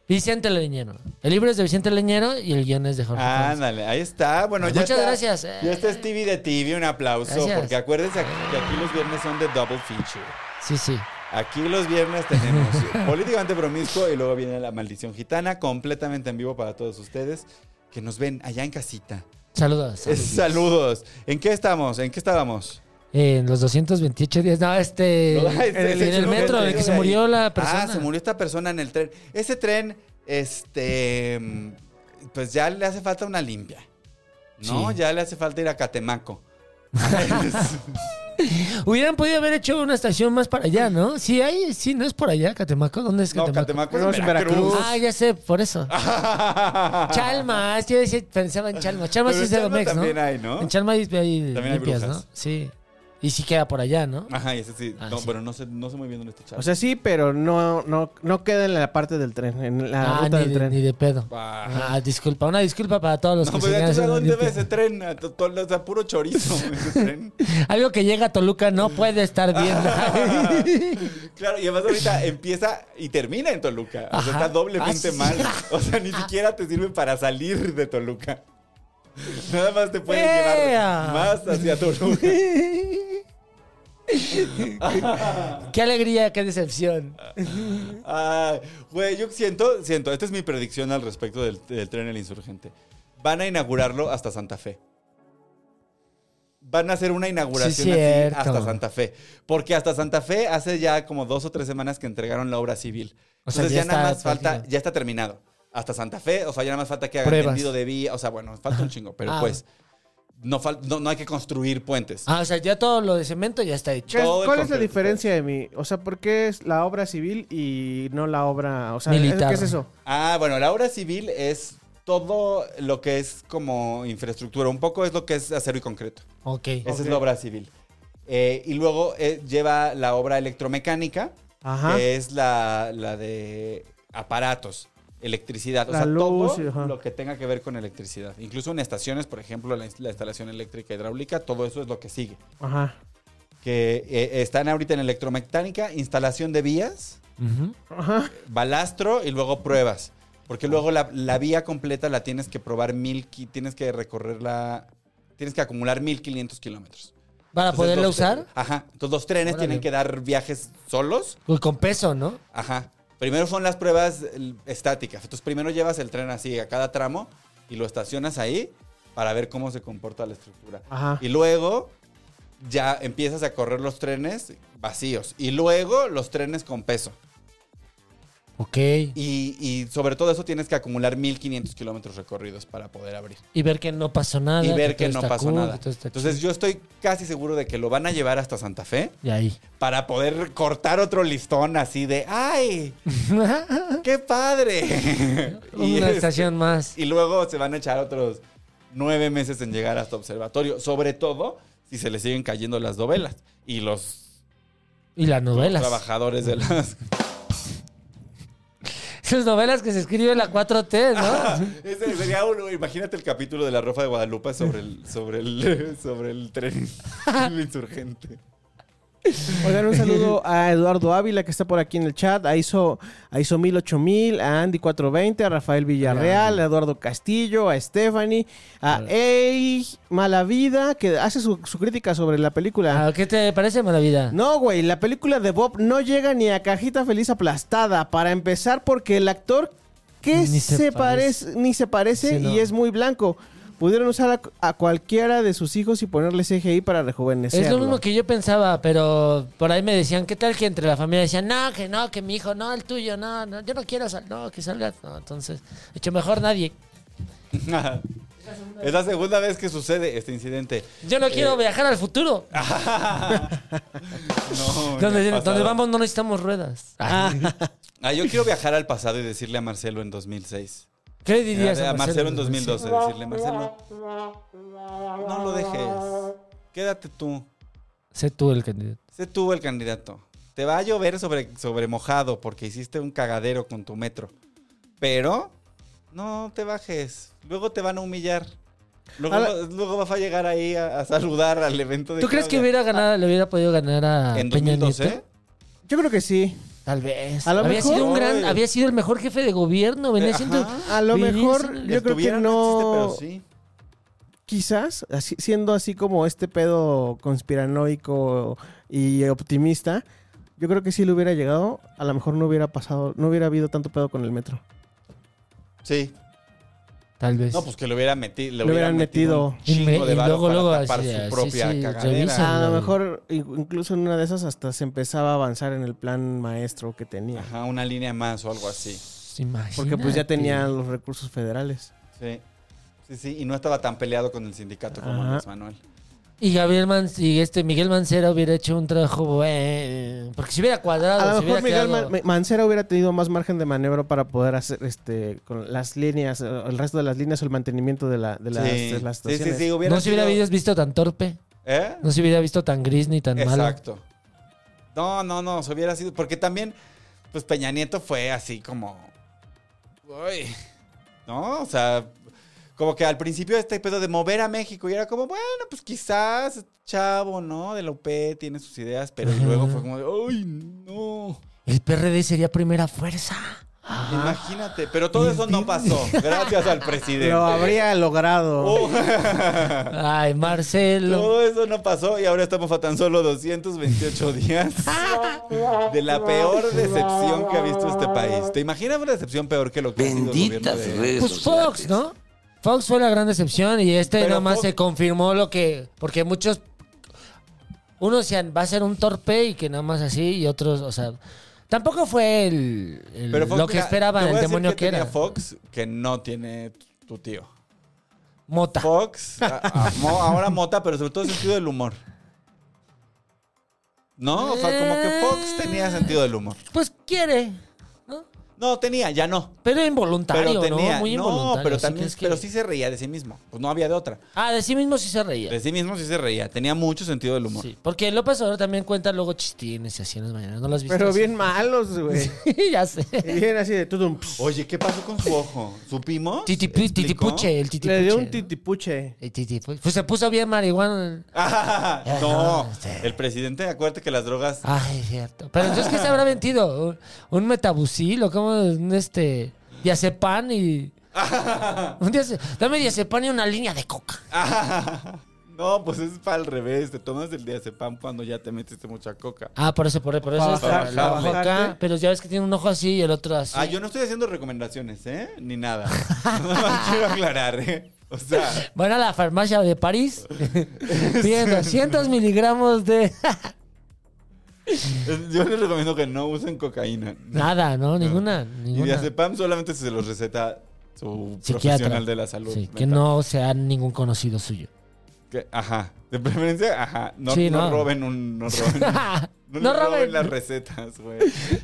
Speaker 2: Vicente Leñero. El libro es de Vicente Leñero y el guión es de Jorge Fons.
Speaker 1: Ándale, ahí está. Bueno, Ah, ya
Speaker 2: Muchas
Speaker 1: está.
Speaker 2: gracias. eh.
Speaker 1: Ya está Stevie de TV, un aplauso.
Speaker 2: Gracias.
Speaker 1: Porque acuérdense que aquí los viernes son de double feature.
Speaker 2: Sí, sí.
Speaker 1: Aquí los viernes tenemos Políticamente Promiscuo y luego viene La Maldición Gitana, completamente en vivo para todos ustedes que nos ven allá en casita.
Speaker 2: Saludos.
Speaker 1: Es- Saludos. ¿En qué estamos? ¿En qué estábamos?
Speaker 2: Eh, en los 228 días. No, este.
Speaker 1: No,
Speaker 2: en el, en el metro, en el que se
Speaker 1: ahí.
Speaker 2: murió la persona.
Speaker 1: Ah, se murió esta persona en el tren. Ese tren, este, mm, pues ya le hace falta una limpia. ¿No?
Speaker 2: Sí.
Speaker 1: Ya le hace falta ir a Catemaco.
Speaker 2: Hubieran podido haber hecho una estación más para allá, ¿no? Sí, hay, sí, no es por allá, Catemaco. ¿Dónde es
Speaker 1: no,
Speaker 2: Catemaco?
Speaker 1: Catemaco
Speaker 3: No,
Speaker 1: es
Speaker 3: es en
Speaker 1: en
Speaker 3: Veracruz.
Speaker 1: Veracruz.
Speaker 2: Ah, ya sé, por eso. Chalmas, yo decía- pensaba en Chalmas. Chalmas
Speaker 1: Pero
Speaker 2: sí es de
Speaker 1: Chalma
Speaker 2: Domex, ¿no?
Speaker 1: también hay, ¿no?
Speaker 2: En Chalmas hay, hay
Speaker 1: También hay
Speaker 2: limpias, ¿no?
Speaker 1: brujas.
Speaker 2: Sí. Y sí queda por allá, ¿no?
Speaker 1: Ajá, y ese sí.
Speaker 2: Ah,
Speaker 1: no,
Speaker 2: sí.
Speaker 1: Pero no sé, no sé muy bien dónde está Chalma.
Speaker 3: o sea, sí, pero no, no, no queda en la parte del tren, en la
Speaker 2: Ah,
Speaker 3: ruta
Speaker 2: ni,
Speaker 3: del
Speaker 2: de-
Speaker 3: tren.
Speaker 2: ni de pedo.
Speaker 1: Bah.
Speaker 2: Ah, disculpa, una disculpa para todos los
Speaker 1: no,
Speaker 2: que
Speaker 1: pues ya tú
Speaker 2: señalan
Speaker 1: sabes dónde va
Speaker 2: limpia.
Speaker 1: ese tren. A, to- to- o sea, puro chorizo ese tren.
Speaker 2: Algo que llega a Toluca no puede estar bien.
Speaker 1: Claro, y además ahorita empieza y termina en Toluca. O sea,
Speaker 2: Ajá.
Speaker 1: está doblemente
Speaker 2: Ah, sí. Ah.
Speaker 1: mal. O sea, ni siquiera te sirve para salir de Toluca. Nada más te pueden
Speaker 2: ¡Ea!
Speaker 1: llevar más hacia Toluca.
Speaker 2: Qué alegría, qué decepción.
Speaker 1: Ay, güey, yo siento, siento, esta es mi predicción al respecto del, del tren El Insurgente. Van a inaugurarlo hasta Santa Fe. Van a hacer una inauguración
Speaker 2: Sí,
Speaker 1: así
Speaker 2: cierto.
Speaker 1: hasta Santa Fe. Porque hasta Santa Fe hace ya como dos o tres semanas que entregaron la obra civil.
Speaker 2: O sea,
Speaker 1: Entonces ya,
Speaker 2: ya
Speaker 1: nada
Speaker 2: está
Speaker 1: más falta,
Speaker 2: práctica.
Speaker 1: ya está terminado. Hasta Santa Fe, o sea, ya nada más falta que hagan
Speaker 2: Pruebas.
Speaker 1: tendido de vía. O sea, bueno, falta un chingo, pero
Speaker 2: Ah.
Speaker 1: pues no, fal- no, no hay que construir puentes.
Speaker 2: Ah, o sea, ya todo lo de cemento ya está hecho.
Speaker 3: ¿Qué-
Speaker 1: Todo el
Speaker 3: ¿Cuál es la
Speaker 1: completo.
Speaker 3: diferencia de mi? O sea, ¿por qué es la obra civil y no la obra. O sea,
Speaker 2: Militar.
Speaker 3: ¿qué es eso?
Speaker 1: Ah, bueno, la obra civil es todo lo que es como infraestructura. Un poco es lo que es acero y concreto.
Speaker 2: Ok.
Speaker 1: Esa
Speaker 3: Ok.
Speaker 1: es la obra civil. Eh, y luego eh, lleva la obra electromecánica,
Speaker 3: Ajá.
Speaker 1: que es la, la de aparatos, electricidad. O
Speaker 3: La
Speaker 1: sea,
Speaker 3: luz,
Speaker 1: todo
Speaker 3: ajá.
Speaker 1: lo que tenga que ver con electricidad. Incluso en estaciones, por ejemplo, la, ins- la instalación eléctrica hidráulica, todo eso es lo que sigue.
Speaker 3: Ajá.
Speaker 1: Que eh, están ahorita en electromecánica, instalación de vías,
Speaker 2: Ujú.
Speaker 3: Ajá.
Speaker 1: balastro y luego pruebas. Porque luego la, la vía completa la tienes que probar mil, ki- tienes que recorrerla, tienes que acumular 1500 kilómetros.
Speaker 2: Para
Speaker 1: Entonces,
Speaker 2: poderla
Speaker 1: los-
Speaker 2: usar.
Speaker 1: Ajá. Entonces los trenes
Speaker 2: Órale.
Speaker 1: tienen que dar viajes solos.
Speaker 2: Uy, con peso, ¿no?
Speaker 1: Ajá. Primero son las pruebas el, estáticas. Entonces primero llevas el tren así a cada tramo y lo estacionas ahí para ver cómo se comporta la estructura.
Speaker 3: Ajá.
Speaker 1: Y luego ya empiezas a correr los trenes vacíos. Y luego los trenes con peso.
Speaker 2: Ok.
Speaker 1: Y, y sobre todo eso tienes que acumular 1500 kilómetros recorridos para poder abrir.
Speaker 2: Y ver que no pasó nada.
Speaker 1: y ver
Speaker 2: todo
Speaker 1: que no
Speaker 2: está
Speaker 1: pasó
Speaker 2: cool,
Speaker 1: nada.
Speaker 2: que todo está
Speaker 1: Entonces yo estoy casi seguro de que lo van a llevar hasta Santa Fe.
Speaker 2: chido. Y ahí.
Speaker 1: para poder cortar otro listón así de ¡ay! ¡Qué padre! y,
Speaker 2: Una
Speaker 1: es-
Speaker 2: estación más.
Speaker 1: este, y luego se van a echar otros nueve meses en llegar hasta observatorio, sobre todo si se le siguen cayendo las novelas y los
Speaker 2: Y las novelas.
Speaker 1: trabajadores de las...
Speaker 2: Esas novelas que se escribe en la 4T, ¿no?
Speaker 1: Ese sería uno, imagínate el capítulo de La Rofa de Guadalupe sobre el, sobre el, sobre el tren insurgente.
Speaker 3: Oigan, un saludo a Eduardo Ávila que está por aquí en el chat, a Iso, a Iso 108000, a Andy 420, a Rafael Villarreal, a Eduardo Castillo, a Stephanie, a Ey Malavida que hace su, su crítica sobre la película.
Speaker 2: Ah, ¿Qué te parece, Maravilla?
Speaker 3: No, güey, la película de Bob no llega ni a Cajita Feliz aplastada. Para empezar, porque el actor que
Speaker 2: Ni
Speaker 3: se,
Speaker 2: se
Speaker 3: parece, ni se parece
Speaker 2: Sí, no.
Speaker 3: y es muy blanco. Pudieron usar a, a cualquiera de sus hijos y ponerle CGI para rejuvenecerlo.
Speaker 2: Es lo mismo que yo pensaba, pero por ahí me decían, ¿qué tal que entre la familia decían, no, que no, que mi hijo, no, el tuyo, no, no yo no quiero, sal no, que salgas, no, entonces, de hecho, mejor nadie.
Speaker 1: es la segunda vez que sucede este incidente.
Speaker 2: Yo no quiero viajar al futuro.
Speaker 1: No,
Speaker 2: donde,
Speaker 1: en el
Speaker 2: donde
Speaker 1: pasado.
Speaker 2: vamos no necesitamos ruedas.
Speaker 1: Ah, yo quiero viajar al pasado y decirle a Marcelo en 2006.
Speaker 2: ¿Qué
Speaker 1: A,
Speaker 2: dirías?
Speaker 1: Eh, a Marcelo en
Speaker 2: 2002
Speaker 1: 2012, decirle, Marcelo, no lo dejes. Quédate tú.
Speaker 2: Sé tú el candidato.
Speaker 1: Sé tú el candidato. Te va a llover sobre, sobre mojado porque hiciste un cagadero con tu metro. Pero no te bajes. Luego te van a humillar. Luego,
Speaker 3: Ahora-
Speaker 1: luego vas a llegar ahí a, a saludar al evento de
Speaker 2: ¿Tú crees que
Speaker 1: Claudia.
Speaker 2: hubiera ganado, le hubiera podido ganar a
Speaker 1: Pues en ¿eh?
Speaker 2: Peña
Speaker 1: 2012?
Speaker 2: Nieto?
Speaker 3: Yo creo que sí.
Speaker 2: Tal vez.
Speaker 3: A lo
Speaker 2: había
Speaker 3: mejor-
Speaker 2: sido un gran,
Speaker 1: Ay.
Speaker 2: había sido el mejor jefe de gobierno, venía
Speaker 1: Eh, Ajá.
Speaker 2: siendo
Speaker 3: A lo
Speaker 2: Venía
Speaker 3: mejor,
Speaker 2: siendo el
Speaker 3: yo creo que
Speaker 1: Estuviera,
Speaker 3: no.
Speaker 1: existe, pero sí.
Speaker 3: Quizás, así- siendo así como este pedo conspiranoico y optimista, yo creo que si le hubiera llegado, a lo mejor no hubiera pasado, no hubiera habido tanto pedo con el metro.
Speaker 1: Sí.
Speaker 2: Tal vez.
Speaker 1: No, pues que lo hubiera meti- le
Speaker 3: Lo
Speaker 1: hubieran
Speaker 3: hubieran
Speaker 1: metido,
Speaker 3: metido.
Speaker 1: un
Speaker 2: Y
Speaker 1: chingo
Speaker 2: me-
Speaker 1: de
Speaker 2: y
Speaker 1: varo
Speaker 2: luego,
Speaker 1: para
Speaker 2: luego
Speaker 1: tapar
Speaker 2: así,
Speaker 1: su
Speaker 2: sí,
Speaker 1: propia
Speaker 2: sí,
Speaker 1: cagadera.
Speaker 2: revisa.
Speaker 3: A lo
Speaker 2: Ándale.
Speaker 3: mejor, i- incluso en una de esas, hasta se empezaba a avanzar en el plan maestro que tenía.
Speaker 1: Ajá, una línea más o algo así.
Speaker 2: Imagínate.
Speaker 3: Porque pues ya tenía los recursos federales.
Speaker 1: Sí. Sí, sí, y no estaba tan peleado con el sindicato como
Speaker 3: Ajá.
Speaker 1: Andrés Manuel.
Speaker 2: Y Gabriel Man y este Miguel Mancera hubiera hecho un trabajo bueno. Porque si hubiera cuadrado,
Speaker 3: A
Speaker 2: Ah, se
Speaker 3: lo
Speaker 2: hubiera
Speaker 3: mejor Miguel
Speaker 2: quedado-
Speaker 3: Man- Mancera hubiera tenido más margen de maniobra para poder hacer este con las líneas, eh, el resto de las líneas o el mantenimiento de, la, de, las, de las
Speaker 1: sí, sí,
Speaker 3: estaciones.
Speaker 1: sí, hubiera
Speaker 2: No se hubiera
Speaker 1: sido-
Speaker 2: visto tan torpe.
Speaker 1: ¿Eh?
Speaker 2: No se hubiera visto tan gris ni tan malo.
Speaker 1: Exacto. No, no, no, se hubiera sido. Porque también, pues Peña Nieto fue así como. Uy. No, o sea, como que al principio este pedo de mover a México y era como, bueno, pues quizás, chavo, ¿no? De la UP tiene sus ideas, pero y luego
Speaker 2: Ajá.
Speaker 1: fue como, de, ¡ay, no!
Speaker 2: El PRD sería primera fuerza. Ajá.
Speaker 1: Imagínate, pero todo eso no pasó, gracias al presidente.
Speaker 3: Lo habría logrado.
Speaker 1: Oh,
Speaker 2: Ay, Marcelo.
Speaker 1: todo eso no pasó y ahora estamos a tan solo 228 días de la peor decepción que ha visto este país. ¿Te imaginas una decepción peor que lo que ha
Speaker 4: Benditas
Speaker 1: sido el gobierno de-
Speaker 4: redes
Speaker 2: Pues Fox,
Speaker 4: sociales.
Speaker 2: ¿no? Fox fue la gran decepción y este
Speaker 1: Pero
Speaker 2: nomás
Speaker 1: Fox-
Speaker 2: se confirmó lo que. Porque muchos. Unos decían, va a ser un torpe y que nada más así, y otros, o sea. Tampoco fue el, el-
Speaker 1: Pero Fox,
Speaker 2: lo que
Speaker 1: mira, te
Speaker 2: esperaban,
Speaker 1: voy
Speaker 2: el
Speaker 1: a decir
Speaker 2: demonio
Speaker 1: qué
Speaker 2: que era.
Speaker 1: tenía Fox que no tiene tu tío.
Speaker 2: Mota.
Speaker 1: Fox, a- a- mo- ahora Mota, pero sobre todo sentido del humor. No, o sea, como que
Speaker 2: Eh.
Speaker 1: Fox tenía sentido del humor.
Speaker 2: Pues quiere, ¿no?
Speaker 1: No, tenía, ya no.
Speaker 2: Pero
Speaker 1: Pero
Speaker 2: involuntario,
Speaker 1: tenía.
Speaker 2: ¿no? Muy
Speaker 1: No,
Speaker 2: involuntario.
Speaker 1: pero
Speaker 2: sí
Speaker 1: también,
Speaker 2: crees que-
Speaker 1: pero sí se reía de sí mismo. Pues no había de otra.
Speaker 2: Ah, de sí mismo sí se reía.
Speaker 1: De sí mismo sí se reía. Tenía mucho sentido del humor.
Speaker 2: Sí, porque López Obrador también cuenta luego chistines y así en las mañanas. ¿No las viste?
Speaker 3: Pero bien malos, güey.
Speaker 2: ya sé.
Speaker 3: Y Bien así de tutum. pss.
Speaker 1: Oye, ¿qué pasó con su ojo? ¿Supimos?
Speaker 2: Titipu-
Speaker 1: ¿Explicó?
Speaker 2: titipuche, el titipuche.
Speaker 3: Le dio un
Speaker 2: ¿no?
Speaker 3: titipuche.
Speaker 2: El titipu- Pues se puso bien marihuana.
Speaker 1: Ah,
Speaker 2: Ya
Speaker 1: no,
Speaker 2: no, sí.
Speaker 1: el presidente, acuérdate que las drogas.
Speaker 2: Ay, es cierto. Pero entonces, ¿qué se habrá mentido? ¿Un, un metabucil o como un este... Diazepam y... Un diaze- Dame diazepam y una línea de coca. Ah.
Speaker 1: No, pues es para al revés. Te tomas el diazepam cuando ya te metiste mucha coca.
Speaker 2: Ah, por eso, por, por eso.
Speaker 3: Para
Speaker 2: es-
Speaker 3: bajar-
Speaker 2: la
Speaker 3: para
Speaker 2: coca,
Speaker 3: bajarte.
Speaker 2: pero ya ves que tiene un ojo así y el otro así.
Speaker 1: Ah, yo no estoy haciendo recomendaciones, ¿eh? Ni nada. Quiero aclarar, ¿eh? O sea,
Speaker 2: Van a la farmacia de París. Piden 200 miligramos de...
Speaker 1: yo les recomiendo que no usen cocaína.
Speaker 2: Nada, ¿no? Ninguna.
Speaker 1: Y
Speaker 2: ninguna.
Speaker 1: diazepam solamente se los receta su
Speaker 2: Psiquiatra.
Speaker 1: profesional de la salud.
Speaker 2: Sí, que
Speaker 1: mental.
Speaker 2: no sea ningún conocido suyo.
Speaker 1: Que- ajá. De preferencia, ajá. No,
Speaker 2: Sí,
Speaker 1: no
Speaker 2: no.
Speaker 1: roben un. No roben, no le
Speaker 2: No
Speaker 1: roben
Speaker 2: roben.
Speaker 1: las recetas, güey.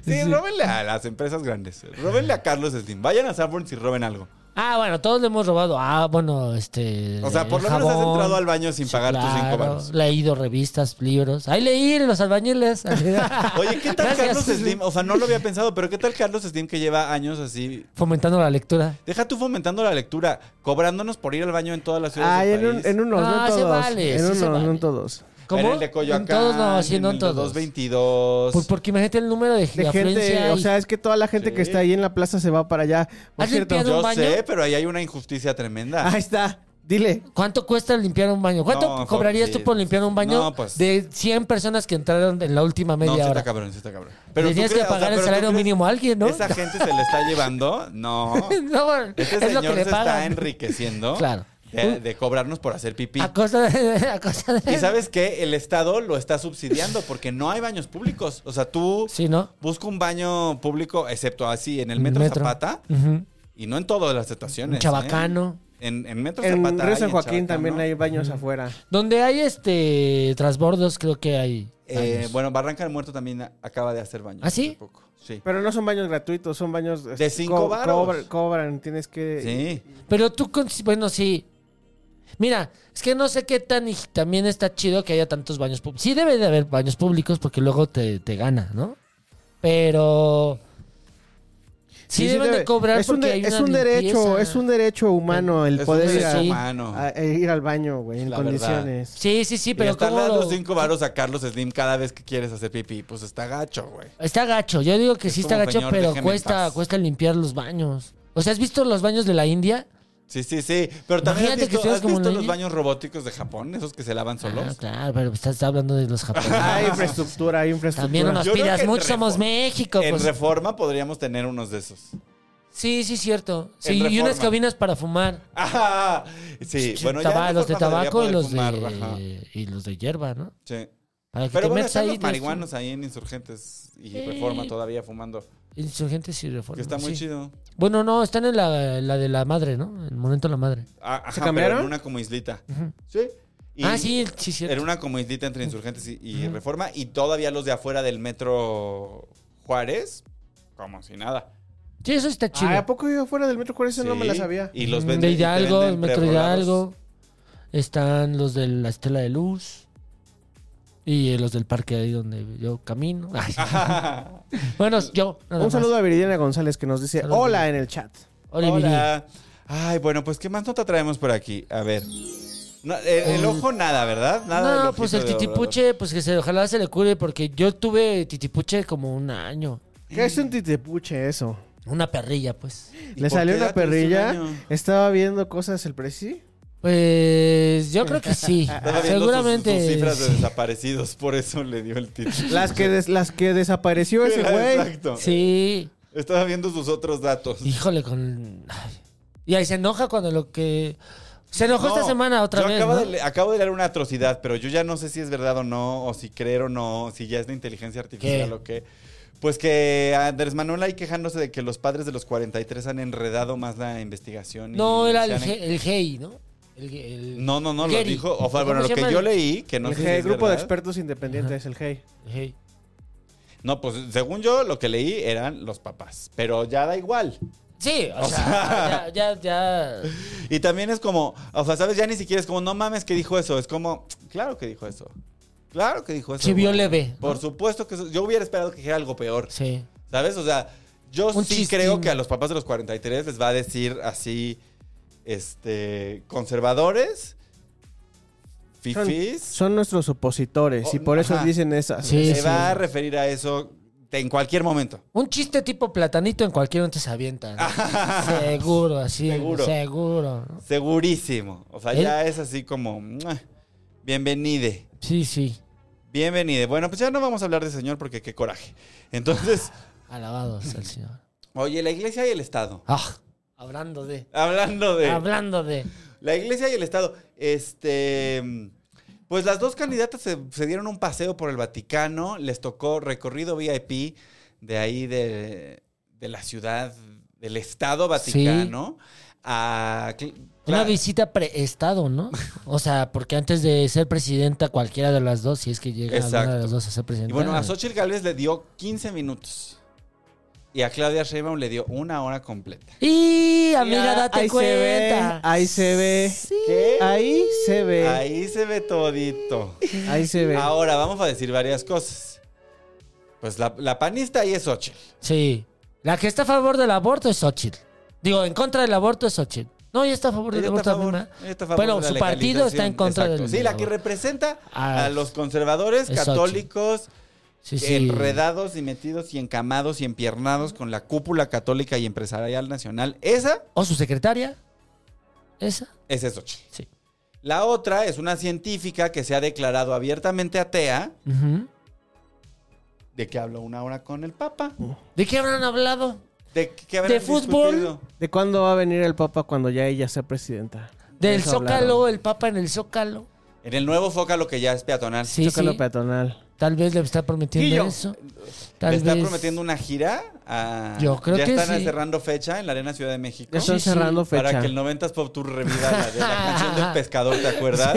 Speaker 1: Sí, róbenle a las empresas grandes. Róbenle a Carlos Slim. Vayan a Sanborns y roben algo.
Speaker 2: Ah, bueno, todos le hemos robado. Ah, bueno, este.
Speaker 1: O sea,
Speaker 2: el
Speaker 1: por lo menos has
Speaker 2: jabón.
Speaker 1: entrado al baño sin
Speaker 2: Sí,
Speaker 1: pagar tus cinco
Speaker 2: claro.
Speaker 1: baros.
Speaker 2: Leído revistas, libros. Ahí leí los albañiles.
Speaker 1: Oye, ¿qué tal
Speaker 2: Gracias.
Speaker 1: Carlos Slim? O sea, no lo había pensado, pero ¿qué tal Carlos Slim que lleva años así?
Speaker 2: Fomentando la lectura.
Speaker 1: Deja tú fomentando la lectura, cobrándonos por ir al baño en todas las ciudades
Speaker 3: Ay,
Speaker 1: del
Speaker 3: Ah, en, un-
Speaker 1: país.
Speaker 3: en unos, no
Speaker 2: Ah,
Speaker 3: en
Speaker 2: se
Speaker 3: todos.
Speaker 2: vale,
Speaker 3: en
Speaker 2: sí
Speaker 3: unos,
Speaker 2: se vale.
Speaker 3: no en todos.
Speaker 2: ¿Cómo?
Speaker 1: En el de Coyoacán,
Speaker 2: En todos no, sí,
Speaker 1: en
Speaker 2: no
Speaker 1: el
Speaker 2: en
Speaker 1: de
Speaker 2: todos.
Speaker 1: 222.
Speaker 2: Pues porque imagínate el número de,
Speaker 3: De
Speaker 2: de
Speaker 3: gente,
Speaker 2: afluencia
Speaker 3: o
Speaker 2: y-
Speaker 3: sea, es que toda la gente que
Speaker 1: Sí.
Speaker 3: está ahí en la plaza se va para allá. Por
Speaker 2: ¿Has
Speaker 3: cierto,
Speaker 2: limpiado?
Speaker 1: Yo
Speaker 2: un baño?
Speaker 1: sé, pero ahí hay una injusticia tremenda.
Speaker 3: ahí está. Dile.
Speaker 2: ¿Cuánto cuesta limpiar un baño? ¿Cuánto
Speaker 1: No,
Speaker 2: cobrarías
Speaker 1: sí,
Speaker 2: tú por limpiar un baño
Speaker 1: no, pues.
Speaker 2: de 100 personas que entraron en la última
Speaker 1: no,
Speaker 2: media
Speaker 1: sí
Speaker 2: hora?
Speaker 1: está cabrón, sí está cabrón.
Speaker 2: Le
Speaker 1: tú
Speaker 2: tienes
Speaker 1: crees-
Speaker 2: que
Speaker 1: o sea,
Speaker 2: pagar el
Speaker 1: pero tú
Speaker 2: salario
Speaker 1: crees-
Speaker 2: mínimo a alguien, ¿no?
Speaker 1: ¿Esa gente se le está llevando? No.
Speaker 2: No, bueno,
Speaker 1: Este
Speaker 2: es
Speaker 1: señor
Speaker 2: lo que le
Speaker 1: se está
Speaker 2: pagan.
Speaker 1: enriqueciendo
Speaker 2: Claro.
Speaker 1: de, de cobrarnos por hacer pipí.
Speaker 2: A costa de. A costa de
Speaker 1: Y sabes que el Estado lo está subsidiando porque no hay baños públicos. O sea, tú
Speaker 2: Sí, ¿no?
Speaker 1: busca un baño público, excepto así, en el Metro, Zapata,
Speaker 2: Ujú.
Speaker 1: y no en todas las estaciones.
Speaker 2: En Chabacano.
Speaker 1: ¿eh? En, en Metro
Speaker 3: En
Speaker 1: Zapata.
Speaker 3: Río
Speaker 1: hay,
Speaker 3: San
Speaker 1: en
Speaker 3: Joaquín también
Speaker 1: Chabacano.
Speaker 3: hay baños afuera.
Speaker 2: Donde hay este transbordos, creo que hay.
Speaker 1: Eh,
Speaker 2: baños.
Speaker 1: bueno, Barranca del Muerto también a- acaba de hacer baños.
Speaker 2: ¿Ah, sí?
Speaker 1: hace poco. Sí.
Speaker 3: Pero no son baños gratuitos, son baños...
Speaker 1: De cinco varos.
Speaker 3: cobran, cobran, tienes que...
Speaker 1: Sí.
Speaker 2: Pero tú, cons- bueno, sí. Mira, es que no sé qué tan y también está chido que haya tantos baños públicos. Sí debe de haber baños públicos porque luego te, te gana, ¿no? Pero... Sí,
Speaker 3: Sí, sí
Speaker 2: deben de
Speaker 3: debe-
Speaker 2: cobrar
Speaker 3: es un,
Speaker 2: porque
Speaker 3: de-
Speaker 2: hay
Speaker 3: es
Speaker 2: una
Speaker 3: un derecho,
Speaker 2: limpieza.
Speaker 3: es un derecho humano el
Speaker 1: es
Speaker 3: poder
Speaker 1: un
Speaker 3: ir,
Speaker 1: derecho
Speaker 3: a-
Speaker 2: Sí.
Speaker 1: humano.
Speaker 3: a- e ir al baño, güey, en
Speaker 1: La
Speaker 3: condiciones.
Speaker 2: Sí, sí, sí,
Speaker 1: pero y
Speaker 2: pero
Speaker 1: estarle
Speaker 2: ¿cómo
Speaker 1: a
Speaker 2: lo-
Speaker 1: los cinco varos a Carlos Slim cada vez que quieres hacer pipí, pues está gacho, güey.
Speaker 2: Está gacho, yo digo que
Speaker 1: Es
Speaker 2: sí está
Speaker 1: como,
Speaker 2: gacho,
Speaker 1: "Señor,
Speaker 2: pero
Speaker 1: déjeme en
Speaker 2: cuesta,
Speaker 1: paz".
Speaker 2: cuesta limpiar los baños. O sea, ¿has visto los baños de la India?
Speaker 1: Sí, sí, sí. Pero también has
Speaker 2: Imagínate que
Speaker 1: visto,
Speaker 2: seas
Speaker 1: has
Speaker 2: como
Speaker 1: visto
Speaker 2: un
Speaker 1: los
Speaker 2: niño.
Speaker 1: baños robóticos de Japón, esos que se lavan
Speaker 2: Ah,
Speaker 1: solos.
Speaker 2: claro, pero estás hablando de los japoneses.
Speaker 3: Hay infraestructura, hay infraestructura.
Speaker 2: También no nos
Speaker 1: Yo creo que
Speaker 2: pidas
Speaker 1: en
Speaker 2: mucho, somos
Speaker 1: Reforma-
Speaker 2: México.
Speaker 1: en
Speaker 2: pues.
Speaker 1: Reforma podríamos tener unos de esos.
Speaker 2: Sí, sí, cierto.
Speaker 1: En
Speaker 2: Sí, y unas
Speaker 1: Reforma.
Speaker 2: cabinas para fumar.
Speaker 1: Ah, sí, bueno, ya
Speaker 2: Taba-
Speaker 1: en
Speaker 2: los Pues, de
Speaker 1: Reforma debería
Speaker 2: tabaco y
Speaker 1: poder
Speaker 2: los
Speaker 1: fumar,
Speaker 2: de
Speaker 1: ajá.
Speaker 2: y los de hierba, ¿no?
Speaker 1: Sí.
Speaker 2: Para que
Speaker 1: Pero
Speaker 2: te
Speaker 1: bueno,
Speaker 2: metas
Speaker 1: están
Speaker 2: ahí
Speaker 1: los
Speaker 2: te-
Speaker 1: marihuanos ahí en Insurgentes y
Speaker 2: Sí.
Speaker 1: Reforma todavía fumando,
Speaker 2: Insurgentes y reforma.
Speaker 1: que está muy
Speaker 2: sí.
Speaker 1: chido.
Speaker 2: Bueno, no, están en la, la de la madre, ¿no? El monumento a la madre.
Speaker 1: Ah, ajá,
Speaker 3: cambiaron?
Speaker 1: Pero en una como islita.
Speaker 2: Ujú.
Speaker 1: Sí. Y
Speaker 2: ah, sí, sí, cierto.
Speaker 1: Era una como islita entre Insurgentes y, y Reforma y todavía los de afuera del metro Juárez, como si nada.
Speaker 2: Sí, eso está chido.
Speaker 3: Ay, ¿A poco yo fuera del metro Juárez Eso no me la
Speaker 1: Sí,
Speaker 3: sabía?
Speaker 1: Ah, Y los
Speaker 2: Mm,
Speaker 1: venden,
Speaker 2: De
Speaker 1: y te
Speaker 2: Hidalgo,
Speaker 1: venden
Speaker 2: el Metro
Speaker 1: prerrogados.
Speaker 2: Hidalgo. Están los de la Estela de Luz. Y eh, los del parque ahí donde yo camino. Ay,
Speaker 1: Ajá.
Speaker 2: bueno, yo. nada
Speaker 3: Un
Speaker 2: más.
Speaker 3: saludo a Viridiana González que nos dice
Speaker 2: Saludos,
Speaker 3: hola en el chat.
Speaker 2: Hola, Viri.
Speaker 1: Hola. Ay, bueno, pues ¿qué más nota traemos por aquí? A ver. No, el, el ojo nada, ¿verdad? Nada del
Speaker 2: No,
Speaker 1: ojito
Speaker 2: pues el
Speaker 1: de Obrador.
Speaker 2: titipuche, pues que se, ojalá se le cure, porque yo tuve titipuche como un año.
Speaker 3: ¿Qué es un titepuche eso?
Speaker 2: Una perrilla, pues.
Speaker 1: ¿Y
Speaker 3: Le
Speaker 1: por
Speaker 3: salió
Speaker 1: qué
Speaker 3: una
Speaker 1: edad tienes un
Speaker 3: perrilla.
Speaker 1: año?
Speaker 3: Estaba viendo cosas el presi.
Speaker 2: Pues yo creo que sí.
Speaker 1: Estaba viendo sus-
Speaker 2: Seguramente.
Speaker 1: sus cifras de
Speaker 2: sí.
Speaker 1: desaparecidos, por eso le dio el título.
Speaker 3: Las que, des- las que desapareció ese güey.
Speaker 1: Exacto.
Speaker 2: Sí.
Speaker 1: Estaba viendo sus otros datos.
Speaker 2: Híjole, con. ay. Y ahí se enoja cuando lo que. Se enojó
Speaker 1: No,
Speaker 2: esta semana otra
Speaker 1: yo
Speaker 2: vez.
Speaker 1: Acabo,
Speaker 2: ¿no?
Speaker 1: de, le- acabo de leer una atrocidad, pero yo ya no sé si es verdad o no, o si creer o no, si ya es de inteligencia artificial
Speaker 2: ¿Qué?
Speaker 1: o qué. Pues que Andrés Manuel ahí quejándose de que los padres de los 43 han enredado más la investigación. y
Speaker 2: No,
Speaker 1: se
Speaker 2: era el,
Speaker 1: han
Speaker 2: G- el GI, ¿no? El- el-
Speaker 1: No, no, no, lo
Speaker 2: Geri.
Speaker 1: dijo. O fue-
Speaker 2: ¿Cómo
Speaker 1: bueno, lo
Speaker 2: se
Speaker 1: que
Speaker 2: llama
Speaker 1: yo
Speaker 2: el-
Speaker 1: leí, que no
Speaker 3: el
Speaker 1: sé si
Speaker 3: G,
Speaker 1: es
Speaker 3: grupo de
Speaker 1: verdad.
Speaker 3: expertos independientes, el Hey.
Speaker 2: el GI.
Speaker 1: No, pues según yo, lo que leí eran los papás. Pero ya da igual.
Speaker 2: Sí, o, sea, ya, ya, ya.
Speaker 1: Y también es como, o sea, ¿sabes? Ya ni siquiera es como, no mames que dijo eso. Es como, claro que dijo eso. Claro que dijo eso.
Speaker 2: Sí, vio
Speaker 1: güey.
Speaker 2: leve. ¿no?
Speaker 1: Por supuesto que eso- yo hubiera esperado que dijera algo peor.
Speaker 2: Sí.
Speaker 1: ¿Sabes? O sea, yo
Speaker 2: Un
Speaker 1: sí
Speaker 2: chistín.
Speaker 1: creo que a los papás de los 43 les va a decir así, este, conservadores,
Speaker 3: Son,
Speaker 1: fifís.
Speaker 3: son nuestros opositores y
Speaker 1: Oh,
Speaker 3: por eso
Speaker 1: ajá.
Speaker 3: dicen esas.
Speaker 2: Sí.
Speaker 1: se va a referir a eso de- en cualquier momento.
Speaker 2: Un chiste tipo platanito en cualquier momento se avienta. ¿no? seguro, así.
Speaker 1: Seguro.
Speaker 2: Seguro. Seguro. ¿no?
Speaker 1: Segurísimo. O sea,
Speaker 2: Él-
Speaker 1: ya es así como, "Mua, bienvenide.
Speaker 2: Sí, sí.
Speaker 1: Bienvenide. Bueno, pues ya no vamos a hablar de señor porque qué coraje. Entonces,
Speaker 2: Alabados al Señor.
Speaker 1: oye, la iglesia y el Estado.
Speaker 2: Ah, hablando de.
Speaker 1: Hablando de...
Speaker 2: Hablando de.
Speaker 1: La iglesia y el Estado. Este. Pues las dos candidatas se, se dieron un paseo por el Vaticano. Les tocó recorrido VIP de ahí de, de la ciudad, del Estado Vaticano. A, cl-
Speaker 2: Una
Speaker 1: cla-
Speaker 2: visita preestado, ¿no? O sea, porque antes de ser presidenta, cualquiera de las dos, si es que llega alguna
Speaker 1: Exacto.
Speaker 2: de las dos a ser
Speaker 1: y
Speaker 2: presidenta.
Speaker 1: bueno, a Xochitl Gálvez le dio 15 minutos. Y a Claudia Sheinbaum le dio una hora completa.
Speaker 2: Y amiga,
Speaker 3: Ya,
Speaker 2: date
Speaker 3: ahí se ve,
Speaker 2: cuenta.
Speaker 3: ahí se ve.
Speaker 2: Sí.
Speaker 1: ¿Qué?
Speaker 3: Ahí se ve. Ahí,
Speaker 1: Ahí Ah, se ve todito.
Speaker 3: se ve.
Speaker 1: Ahora vamos a decir varias cosas. Pues la, la panista ahí es Xochitl.
Speaker 2: Sí. La que está a favor del aborto es Xochitl. Digo, en contra del aborto es Xochitl. No, ella está a favor del
Speaker 1: Ella está
Speaker 2: aborto
Speaker 1: a favor,
Speaker 2: también, ¿verdad?
Speaker 1: ella está a favor
Speaker 2: Pero
Speaker 1: de la
Speaker 2: su partido está en
Speaker 1: legalización,
Speaker 2: contra
Speaker 1: exacto.
Speaker 2: del-
Speaker 1: Sí, la que representa a,
Speaker 2: Ah,
Speaker 1: los conservadores,
Speaker 2: es Xochitl.
Speaker 1: católicos,
Speaker 2: Sí, sí.
Speaker 1: enredados y metidos y encamados y empiernados con la cúpula católica y empresarial nacional. Esa
Speaker 2: O su secretaria. Esa.
Speaker 1: es Xochitl.
Speaker 2: Sí.
Speaker 1: La otra es una científica que se ha declarado abiertamente atea,
Speaker 2: Ujú.
Speaker 1: de que habló una hora con el Papa.
Speaker 2: ¿De qué habrán hablado?
Speaker 1: ¿De, que habrán
Speaker 2: ¿De fútbol?
Speaker 1: discutido.
Speaker 3: ¿De cuándo va a venir el Papa cuando ya ella sea presidenta? De
Speaker 2: Del
Speaker 3: eso
Speaker 2: Zócalo,
Speaker 3: hablaron.
Speaker 2: el Papa en el Zócalo.
Speaker 1: En el nuevo Zócalo que ya es peatonal.
Speaker 2: Sí,
Speaker 3: Zócalo
Speaker 2: sí.
Speaker 3: peatonal.
Speaker 2: Tal vez le está prometiendo
Speaker 3: Guillo.
Speaker 2: eso. Tal
Speaker 1: Le está
Speaker 2: vez.
Speaker 1: prometiendo una gira. a-
Speaker 2: Yo creo
Speaker 1: ya
Speaker 2: que
Speaker 1: están
Speaker 2: sí.
Speaker 1: cerrando fecha en la Arena Ciudad de México.
Speaker 3: Ya están
Speaker 2: Sí, sí.
Speaker 3: cerrando fecha.
Speaker 1: Para que el 90s Pop Tour reviva la, de la canción del pescador, ¿te acuerdas?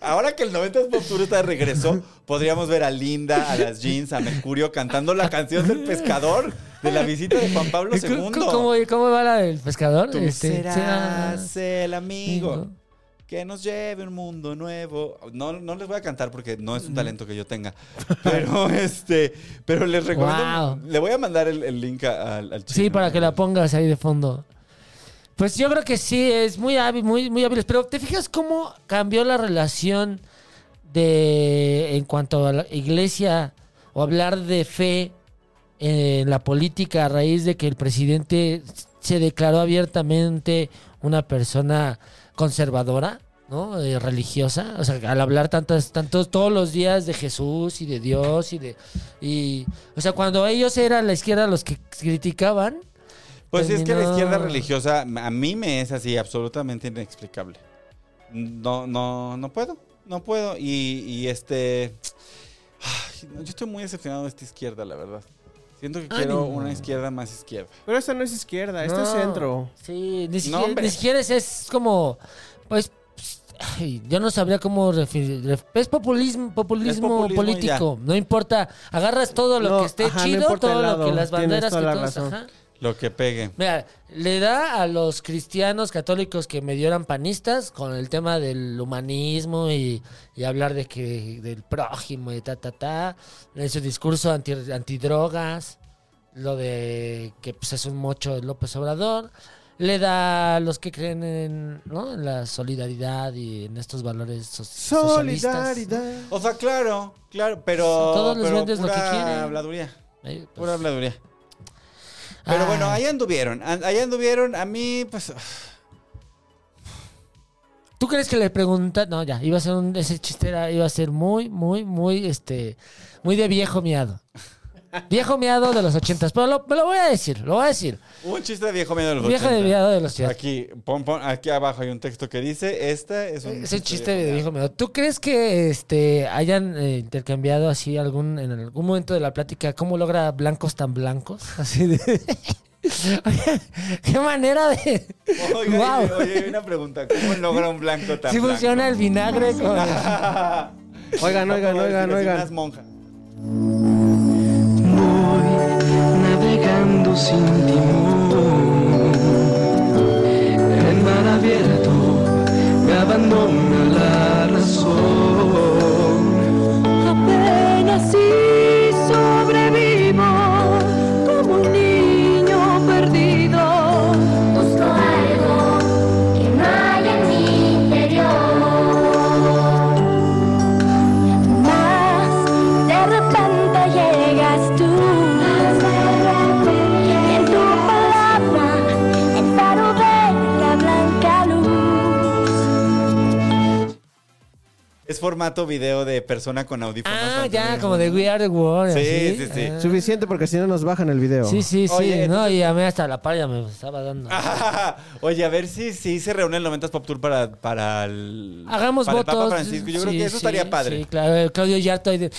Speaker 1: Ahora que el 90s Pop Tour está de regreso, podríamos ver a Linda, a las jeans, a Mercurio cantando la canción del pescador de la visita de Juan Pablo
Speaker 2: ¿Y cu-
Speaker 1: II.
Speaker 2: cu- ¿Cómo, cómo va la del pescador?
Speaker 1: Tú
Speaker 2: Este,
Speaker 1: serás
Speaker 2: será-
Speaker 1: el amigo que nos lleve a un mundo nuevo. No, no les voy a cantar porque no es un talento que yo tenga. Pero este, pero les recomiendo.
Speaker 2: Wow.
Speaker 1: Le voy a mandar el, el link a- al, al
Speaker 2: Sí,
Speaker 1: chino.
Speaker 2: para que la pongas ahí de fondo. Pues yo creo que sí, es muy hábil, muy, muy hábil. Pero ¿te fijas cómo cambió la relación de en cuanto a la iglesia o hablar de fe en la política a raíz de que el presidente se declaró abiertamente una persona conservadora, ¿no? Eh, religiosa. O sea, al hablar tantas, tantos, todos los días de Jesús y de Dios y de. Y, o sea, cuando ellos eran la izquierda los que criticaban.
Speaker 1: Pues sí, es que la
Speaker 2: terminó-
Speaker 1: izquierda religiosa a mí me es así absolutamente inexplicable. No, no, no puedo, no puedo. Y, y este, ay, no, yo estoy muy decepcionado de esta izquierda, la verdad. Siento que quiero
Speaker 2: Ánimo.
Speaker 1: una izquierda más izquierda.
Speaker 3: Pero esta no es izquierda, esta es
Speaker 2: No.
Speaker 3: centro.
Speaker 2: Sí, ni
Speaker 1: No,
Speaker 2: siquiera,
Speaker 1: hombre.
Speaker 2: ni siquiera es, es como. Pues. pues, ay, yo no sabría cómo referir. ref- Es populismo, populismo,
Speaker 1: populismo y
Speaker 2: político. No importa. Agarras todo lo
Speaker 3: No,
Speaker 2: que esté
Speaker 3: ajá, no
Speaker 2: chido,
Speaker 3: importa el
Speaker 2: todo
Speaker 3: lado,
Speaker 2: lo que las
Speaker 3: tienes
Speaker 2: banderas
Speaker 3: toda
Speaker 2: que
Speaker 3: la
Speaker 2: todos.
Speaker 3: razón.
Speaker 2: ajá.
Speaker 1: Lo que pegue.
Speaker 2: Mira, le da a los cristianos católicos que medio eran panistas con el tema del humanismo y, y hablar de que del prójimo y ta ta ta, en su discurso anti, antidrogas, lo de que pues, es un mocho de López Obrador, le da a los que creen en, ¿no? en la solidaridad y en estos valores so- socialistas.
Speaker 3: Solidaridad.
Speaker 1: O sea, claro, claro, pero.
Speaker 2: Todos les
Speaker 1: pero
Speaker 2: vendes lo que
Speaker 1: pura
Speaker 2: quieren.
Speaker 1: habladuría,
Speaker 2: Eh, pues,
Speaker 1: pura habladuría. Pero bueno,
Speaker 2: Ay.
Speaker 1: ahí anduvieron. an- Ahí anduvieron. A mí, pues.
Speaker 2: ¿Tú crees que le pregunta? No, ya, iba a ser un, ese chiste era- iba a ser muy, muy, muy, este, muy de viejo miado. Viejo miado de los ochentas, pero lo, me lo voy a decir, lo voy a decir.
Speaker 1: Un chiste de viejo medio de los
Speaker 2: Viejo de
Speaker 1: 80.
Speaker 2: miado de los ochentas.
Speaker 1: Aquí, pon- pon- aquí abajo hay un texto que dice: Esta es un.
Speaker 2: Ese chiste de viejo miado. ¿Tú crees que este hayan eh, intercambiado así algún, en algún momento de la plática cómo logra blancos tan blancos? Así de. Qué manera de.
Speaker 1: Oiga,
Speaker 2: Guau.
Speaker 1: dice, oye, hay una pregunta. ¿Cómo logra un blanco tan
Speaker 2: Si
Speaker 1: blanco?
Speaker 2: funciona el vinagre con.
Speaker 3: Oigan,
Speaker 1: No,
Speaker 3: oigan,
Speaker 1: como
Speaker 3: oigan,
Speaker 1: decir, así
Speaker 3: oigan.
Speaker 1: Unas monjas.
Speaker 4: Voy navegando sin timón, en mar abierto me abandona la razón. Apenas si sobrevivo como un niño perdido.
Speaker 5: Busco algo que no hay en mi interior. Más de repente llegas tú. Y en tu palabra, el faro de la blanca luz.
Speaker 1: Es formato video de persona con audífonos.
Speaker 2: Ah,
Speaker 1: ante
Speaker 2: ya,
Speaker 1: un-
Speaker 2: como de We Are the World.
Speaker 1: Sí,
Speaker 2: así.
Speaker 1: sí, sí.
Speaker 2: Ah.
Speaker 3: Suficiente porque si no nos bajan el video.
Speaker 2: Sí, sí, sí.
Speaker 1: Oye, Ah,
Speaker 2: no, y a mí hasta la palla me estaba dando. Ah.
Speaker 1: Oye, a ver si, si se reúne el 90s Pop Tour para, para el.
Speaker 2: Hagamos
Speaker 1: para el
Speaker 2: votos.
Speaker 1: Papa Francisco. Yo creo
Speaker 2: Sí,
Speaker 1: que eso
Speaker 2: sí,
Speaker 1: estaría padre.
Speaker 2: Sí, claro. El Claudio Yarto ahí de.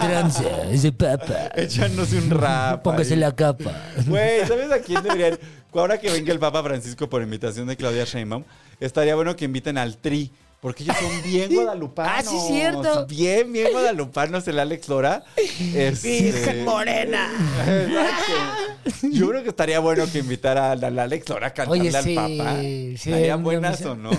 Speaker 2: Trance, es de papa.
Speaker 1: Echándose un rap.
Speaker 2: Póngase
Speaker 1: ahí.
Speaker 2: la capa.
Speaker 1: Güey, ¿sabes a quién deberían? Ahora que venga el Papa Francisco por invitación de Claudia Sheinbaum, estaría bueno que inviten al Tri. Porque ellos son bien guadalupanos.
Speaker 2: Ah, sí, cierto.
Speaker 1: Bien, bien guadalupanos el Alex Lora. Este, Virgen morena. Yo creo que estaría bueno que invitara al, al Alex Lora a cantarle
Speaker 2: Oye,
Speaker 1: al
Speaker 2: sí,
Speaker 1: Papa.
Speaker 2: sí,
Speaker 1: estaría
Speaker 2: una
Speaker 1: buenazo, ¿no?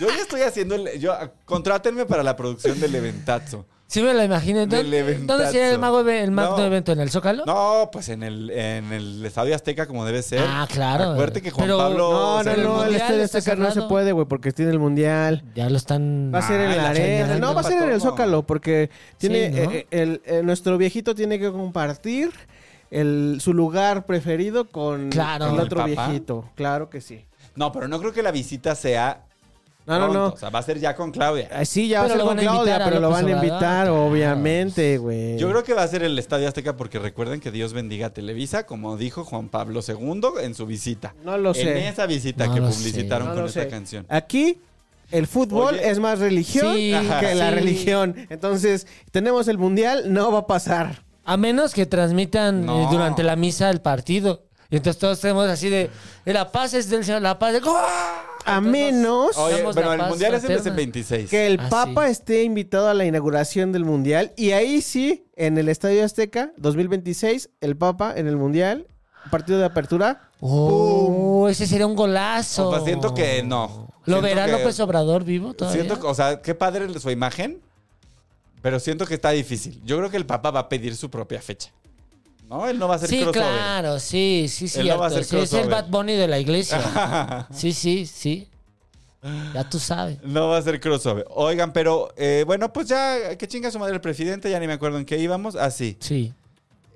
Speaker 1: Yo ya estoy haciendo... el- yo, contrátenme para la producción del Eventazo.
Speaker 2: Sí me lo imagino.
Speaker 1: Del
Speaker 2: ¿Dónde,
Speaker 1: eventazo.
Speaker 2: ¿dónde sería el mago el magno
Speaker 1: No.
Speaker 2: evento? ¿En el Zócalo?
Speaker 1: No, pues en el, en el Estadio Azteca como debe ser.
Speaker 2: Ah, claro.
Speaker 1: Acuérdate que Juan
Speaker 2: Pero-
Speaker 1: Pablo...
Speaker 3: No, no,
Speaker 2: Pero Oh, el
Speaker 3: no, el
Speaker 2: mundial
Speaker 3: estadio
Speaker 2: está
Speaker 3: Azteca no se
Speaker 2: cerrado.
Speaker 3: puede, güey, porque tiene el mundial.
Speaker 2: Ya lo están. Ah,
Speaker 3: Va a ser en
Speaker 1: Ay,
Speaker 3: la
Speaker 1: la
Speaker 3: arena.
Speaker 1: señal,
Speaker 3: No, va a
Speaker 1: no
Speaker 3: ser en el
Speaker 1: pasó.
Speaker 3: Zócalo, porque tiene
Speaker 2: Sí, ¿no?
Speaker 3: eh, eh, el, eh, nuestro viejito tiene que compartir el, su lugar preferido con
Speaker 2: Claro.
Speaker 3: el
Speaker 2: ¿Con el
Speaker 3: otro
Speaker 1: papá?
Speaker 3: viejito. Claro que sí.
Speaker 1: No, pero no creo que la visita sea.
Speaker 3: No, no,
Speaker 1: pronto,
Speaker 3: no.
Speaker 1: O sea, va a ser ya con Claudia.
Speaker 3: Ah, Sí, ya va a
Speaker 2: Pero
Speaker 3: ser
Speaker 2: lo
Speaker 3: con
Speaker 2: van a invitar
Speaker 3: Claudia,
Speaker 2: a
Speaker 3: pero lo
Speaker 2: López
Speaker 3: van a
Speaker 2: Obrador,
Speaker 3: invitar,
Speaker 2: claro.
Speaker 3: obviamente, güey.
Speaker 1: Yo creo que va a ser el Estadio Azteca porque recuerden que Dios bendiga a Televisa, como dijo Juan Pablo II en su visita.
Speaker 3: No lo
Speaker 1: En
Speaker 3: sé.
Speaker 1: esa visita
Speaker 2: No
Speaker 1: que
Speaker 2: lo
Speaker 1: publicitaron
Speaker 3: No
Speaker 1: con
Speaker 3: lo
Speaker 1: esta
Speaker 3: sé.
Speaker 1: canción.
Speaker 3: Aquí el fútbol
Speaker 1: Oye.
Speaker 3: es más religión
Speaker 2: Sí,
Speaker 3: que la
Speaker 2: sí.
Speaker 3: religión. Entonces, tenemos el mundial, no va a pasar.
Speaker 2: A menos que transmitan
Speaker 1: No.
Speaker 2: eh, durante la misa el partido. Y entonces todos tenemos así de. La paz es del Señor, la paz de.
Speaker 3: A menos
Speaker 1: Oye,
Speaker 2: Damos
Speaker 1: bueno,
Speaker 2: la
Speaker 1: el
Speaker 2: paz
Speaker 1: mundial es el
Speaker 2: fraterna.
Speaker 1: 26.
Speaker 3: Que el
Speaker 2: Ah,
Speaker 3: Papa
Speaker 2: sí.
Speaker 3: esté invitado a la inauguración del Mundial. Y ahí sí, en el Estadio Azteca 2026, el Papa en el Mundial, partido de apertura.
Speaker 2: Oh, ese sería un golazo.
Speaker 1: O sea, siento que no.
Speaker 2: ¿Lo
Speaker 1: Siento
Speaker 2: verá
Speaker 1: que-
Speaker 2: López Obrador vivo todavía?
Speaker 1: Siento, que- o sea, qué padre su imagen, pero siento que está difícil. Yo creo que el Papa va a pedir su propia fecha. ¿No? Él no va a ser
Speaker 2: sí,
Speaker 1: crossover.
Speaker 2: claro, sí, sí, sí.
Speaker 1: Él no va a ser
Speaker 2: sí es el
Speaker 1: crossover.
Speaker 2: Bad Bunny de la iglesia. sí, sí, sí. Ya tú sabes.
Speaker 1: No va a ser crossover. Oigan, pero eh, bueno, pues ya, que chinga su madre el presidente, ya ni me acuerdo en qué íbamos. Así,
Speaker 2: Sí.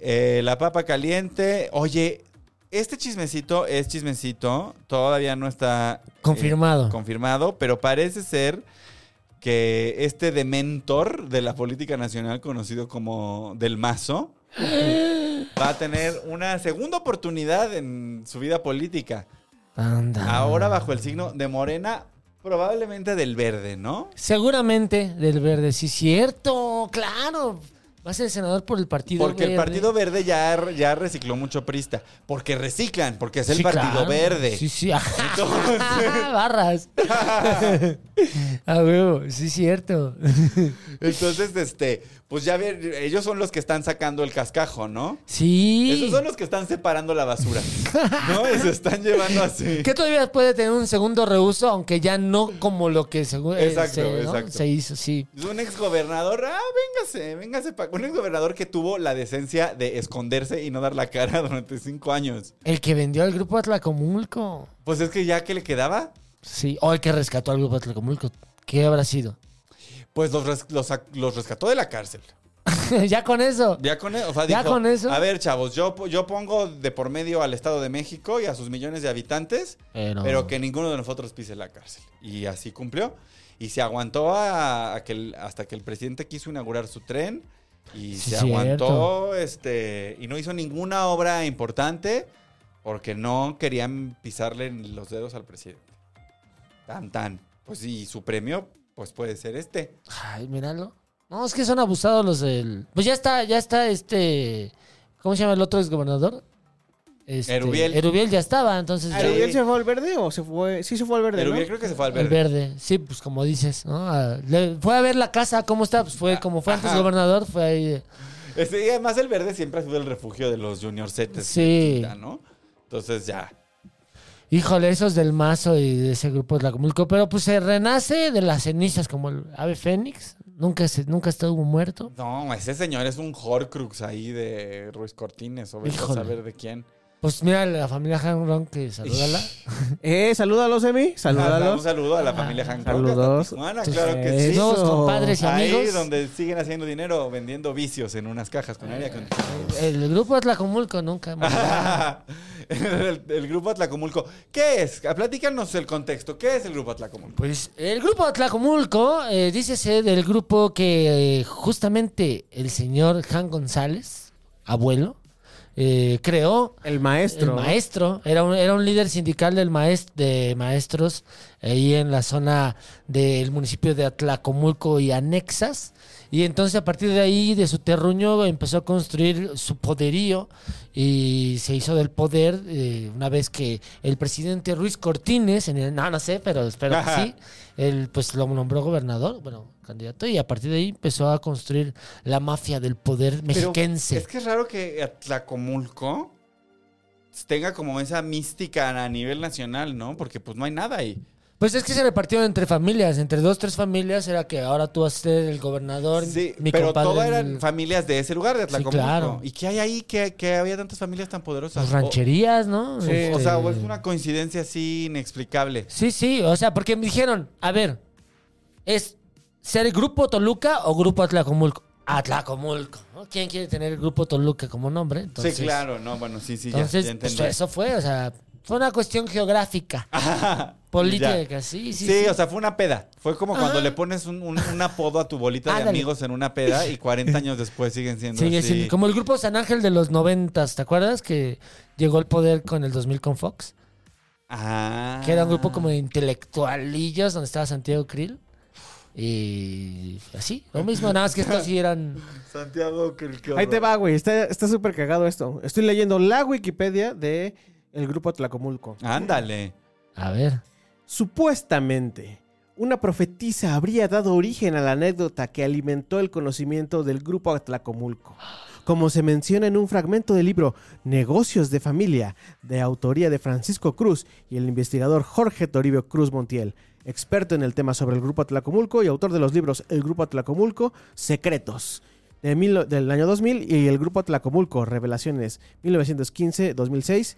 Speaker 1: la papa caliente. Oye, este chismecito es chismecito, todavía no está eh,
Speaker 2: Confirmado.
Speaker 1: confirmado, pero parece ser que este dementor de la política nacional, conocido como Del Mazo, va a tener una segunda oportunidad en su vida política.
Speaker 2: Anda.
Speaker 1: Ahora bajo el signo de Morena, probablemente del verde, ¿no?
Speaker 2: Seguramente del verde, sí, cierto, claro. Va a ser senador por el partido
Speaker 1: Porque el
Speaker 2: verde.
Speaker 1: Partido Verde ya, ya recicló mucho prista. Porque reciclan, porque es el
Speaker 2: Sí,
Speaker 1: Partido
Speaker 2: claro.
Speaker 1: Verde.
Speaker 2: Sí, sí.
Speaker 1: Entonces-
Speaker 2: Barras. A huevo, sí, cierto.
Speaker 1: Entonces, este, pues ya ver, ellos son los que están sacando el cascajo, ¿no?
Speaker 2: Sí.
Speaker 1: Esos son los que están separando la basura. ¿No? Y se están llevando así.
Speaker 2: Que todavía puede tener un segundo reuso, aunque ya no como lo que se, eh,
Speaker 1: Exacto,
Speaker 2: se, ¿no?
Speaker 1: exacto.
Speaker 2: se hizo, sí.
Speaker 1: Es un exgobernador, ah, véngase, véngase. pa- Un exgobernador que tuvo la decencia de esconderse y no dar la cara durante cinco años.
Speaker 2: El que vendió al grupo Atlacomulco.
Speaker 1: Pues es que ya que le quedaba,
Speaker 2: Sí. O el que rescató al grupo Atlacomulco. ¿Qué habrá sido?
Speaker 1: pues los, res- los, sac- los rescató de la cárcel.
Speaker 2: ya con eso.
Speaker 1: Ya con, e- o sea,
Speaker 2: Ya
Speaker 1: dijo,
Speaker 2: con eso.
Speaker 1: A ver, chavos, yo, po- yo pongo de por medio al Estado de México y a sus millones de habitantes,
Speaker 2: Pero-
Speaker 1: pero que ninguno de nosotros pise la cárcel. Y así cumplió. Y se aguantó a- a que el- hasta que el presidente quiso inaugurar su tren. Y
Speaker 2: Sí,
Speaker 1: se
Speaker 2: cierto.
Speaker 1: aguantó, este, y no hizo ninguna obra importante porque no querían pisarle los dedos al presidente. Tan, tan. Pues y su premio, pues puede ser este.
Speaker 2: Ay, míralo. No, es que son abusados los del. Pues ya está, ya está este. ¿Cómo se llama el otro exgobernador? Este,
Speaker 1: Erubiel.
Speaker 2: Erubiel ya estaba, entonces. ya-
Speaker 3: ¿Pero él se fue al verde o se fue? Sí, se fue al verde.
Speaker 1: Pero
Speaker 3: ¿no?
Speaker 1: yo creo que se fue al
Speaker 2: El
Speaker 1: verde.
Speaker 2: verde, sí, pues como dices, ¿no? Ah, le- fue a ver la casa, ¿cómo está? Pues fue como fue antes
Speaker 1: Ah, Ajá.
Speaker 2: gobernador, fue ahí. eh,
Speaker 1: Este, y además el verde siempre ha sido el refugio de los junior setes.
Speaker 2: Sí.
Speaker 1: ¿no? Entonces ya.
Speaker 2: Híjole, esos del mazo y de ese grupo de Acumulco, pero pues se renace de las cenizas como el ave fénix, nunca se, nunca estuvo muerto.
Speaker 1: No, ese señor es un Horcrux ahí de Ruiz Cortines o vete a
Speaker 2: Híjole.
Speaker 1: saber de quién.
Speaker 2: Pues mira la familia Hanron que salúdala.
Speaker 3: Eh, salúdalos, Emi.
Speaker 1: Ah, Un
Speaker 3: Salúdalos.
Speaker 1: saludo a la familia Hancock.
Speaker 3: saludos.
Speaker 1: hasta Tijuana,
Speaker 2: Tus-
Speaker 1: claro que
Speaker 3: eh,
Speaker 1: sí. pues,
Speaker 2: Sus nuevos
Speaker 3: Eso.
Speaker 2: Pues compadres y
Speaker 1: Ahí
Speaker 2: amigos.
Speaker 1: donde siguen haciendo dinero vendiendo vicios en unas cajas con aire acondicionado.
Speaker 2: El grupo Atlacomulco nunca morirá.
Speaker 1: el, el grupo Atlacomulco. ¿Qué es? Platícanos el contexto. ¿Qué es el grupo Atlacomulco?
Speaker 2: Pues el grupo Atlacomulco, eh, dícese del grupo que eh, justamente el señor Jan González, abuelo, eh, creó.
Speaker 3: El maestro.
Speaker 2: El maestro. Era un, era un líder sindical del maest- de maestros ahí en la zona del municipio de Atlacomulco y anexas. Y entonces a partir de ahí, de su terruño, empezó a construir su poderío y se hizo del poder eh, una vez que el presidente Ruiz Cortines, en el, no, no sé, pero espero que sí, él pues lo nombró gobernador, bueno, candidato, y a partir de ahí empezó a construir la mafia del poder
Speaker 1: Pero
Speaker 2: mexiquense.
Speaker 1: Es que es raro que Atlacomulco tenga como esa mística a nivel nacional, ¿no? Porque pues no hay nada ahí.
Speaker 2: Pues es que se repartieron entre familias, entre dos, tres familias, era que ahora tú vas a ser el gobernador,
Speaker 1: Sí,
Speaker 2: mi
Speaker 1: pero
Speaker 2: compadre
Speaker 1: todas
Speaker 2: el-
Speaker 1: eran familias de ese lugar de Atlacomulco.
Speaker 2: claro.
Speaker 1: ¿Y qué hay ahí que, que había tantas familias tan poderosas?
Speaker 2: pues, rancherías, ¿no?
Speaker 1: O,
Speaker 2: Este-
Speaker 1: o sea, o es una coincidencia así inexplicable.
Speaker 2: Sí, sí, o sea, porque me dijeron, a ver, ¿es ser Grupo Toluca o Grupo Atlacomulco? Atlacomulco. ¿no? ¿Quién quiere tener el Grupo Toluca como nombre? Entonces,
Speaker 1: sí, claro, no, bueno, sí, sí, ya,
Speaker 2: Entonces,
Speaker 1: ya
Speaker 2: pues
Speaker 1: entendí.
Speaker 2: eso fue, o sea, fue una cuestión geográfica, política, sí,
Speaker 1: Sí,
Speaker 2: sí. sí.
Speaker 1: o sea, fue una peda. Fue como cuando
Speaker 2: Ajá.
Speaker 1: le pones un, un- un apodo a tu bolita de
Speaker 2: Ándale.
Speaker 1: amigos en una peda y 40 años después siguen siendo
Speaker 2: Sigue
Speaker 1: así.
Speaker 2: siendo como el grupo San Ángel de los noventas, ¿te acuerdas? Que llegó al poder con el 2000 con Fox.
Speaker 1: Ah.
Speaker 2: Que era un grupo como de intelectualillos donde estaba Santiago Krill. Y así, lo mismo, nada más que estos sí eran...
Speaker 1: Santiago que el que
Speaker 3: Ahí te va, güey. Está está súper cagado esto. Estoy leyendo la Wikipedia de el grupo Atlacomulco.
Speaker 1: Ándale.
Speaker 2: A ver.
Speaker 3: Supuestamente, una profetisa habría dado origen a la anécdota que alimentó el conocimiento del grupo Atlacomulco. Como se menciona en un fragmento del libro Negocios de Familia, de autoría de Francisco Cruz y el investigador Jorge Toribio Cruz Montiel, experto en el tema sobre el grupo Atlacomulco y autor de los libros El grupo Atlacomulco, Secretos, de mil- del año 2000 y El grupo Atlacomulco, Revelaciones, 1915-2006,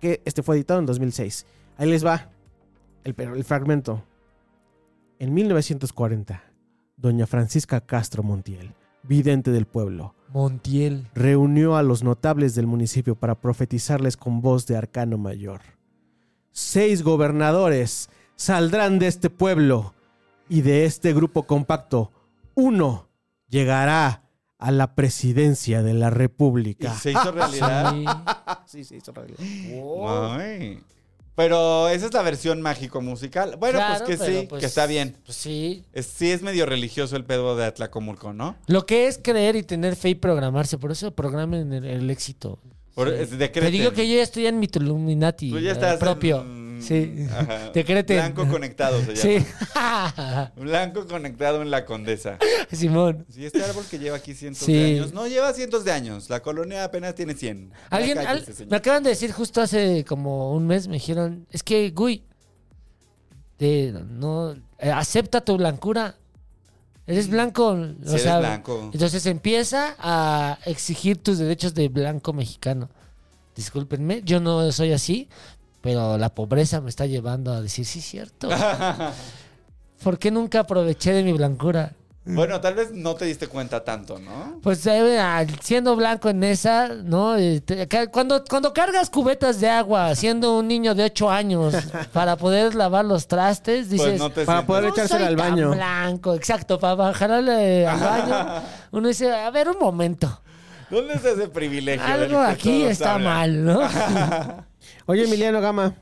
Speaker 3: que este fue editado en 2006. Ahí les va el, pero el fragmento. En 1940, doña Francisca Castro Montiel, vidente del pueblo,
Speaker 2: Montiel.
Speaker 3: reunió a los notables del municipio para profetizarles con voz de arcano mayor. Seis gobernadores saldrán de este pueblo y de este grupo compacto, uno llegará a la presidencia de la
Speaker 1: Y
Speaker 3: República.
Speaker 1: se hizo realidad.
Speaker 2: Sí.
Speaker 3: Sí, sí, hizo realidad.
Speaker 1: Ay. Pero esa es la versión mágico musical. Bueno,
Speaker 2: Claro,
Speaker 1: pues que
Speaker 2: pero
Speaker 1: sí,
Speaker 2: pues-
Speaker 1: que está bien.
Speaker 2: Pues sí.
Speaker 1: Es- sí es medio religioso el pedo de Atlacomulco, ¿no?
Speaker 2: Lo que es creer y tener fe y programarse, por eso programen el, el éxito.
Speaker 1: Por,
Speaker 2: Sí.
Speaker 1: es- decreten.
Speaker 2: Te digo que yo ya estoy en mi Tuluminati.
Speaker 1: Tú Pues ya
Speaker 2: eh,
Speaker 1: estás
Speaker 2: Propio.
Speaker 1: en- mm, Ah,
Speaker 2: Sí.
Speaker 1: Ajá.
Speaker 2: Decreten.
Speaker 1: Blanco conectado se llama.
Speaker 2: Sí.
Speaker 1: Blanco conectado en la Condesa.
Speaker 2: Simón.
Speaker 1: Sí, este árbol que lleva aquí cientos
Speaker 2: Sí.
Speaker 1: de años. No lleva cientos de años. La colonia apenas tiene 100. Ya
Speaker 2: Alguien, al-
Speaker 1: cállese, señor.
Speaker 2: me acaban de decir justo hace como un mes, me dijeron, es que, güey, te- no, eh, acepta tu blancura. Eres blanco.
Speaker 1: Si
Speaker 2: o
Speaker 1: eres
Speaker 2: sea,
Speaker 1: blanco.
Speaker 2: Entonces empieza a exigir tus derechos de blanco mexicano. Discúlpenme, yo no soy así, pero la pobreza me está llevando a decir, sí, cierto. ¿Por qué nunca aproveché de mi blancura?
Speaker 1: Bueno, tal vez no te diste cuenta tanto, ¿no?
Speaker 2: Pues eh, al- siendo blanco en esa, ¿no? Eh, te- ca- Cuando, cuando cargas cubetas de agua, siendo un niño de 8 años, para poder lavar los trastes, dices...
Speaker 1: Pues no te
Speaker 3: Para
Speaker 1: sientas.
Speaker 3: poder
Speaker 2: "No
Speaker 3: echársela
Speaker 2: soy
Speaker 3: al
Speaker 2: tan
Speaker 3: baño.
Speaker 2: blanco, exacto, para bajarle al baño. Uno dice, a ver, un momento.
Speaker 1: ¿Dónde está ese privilegio? del
Speaker 2: Algo
Speaker 1: que
Speaker 2: aquí
Speaker 1: todos
Speaker 2: está
Speaker 1: hablan?
Speaker 2: mal, ¿no?
Speaker 3: Oye, Emiliano Gama,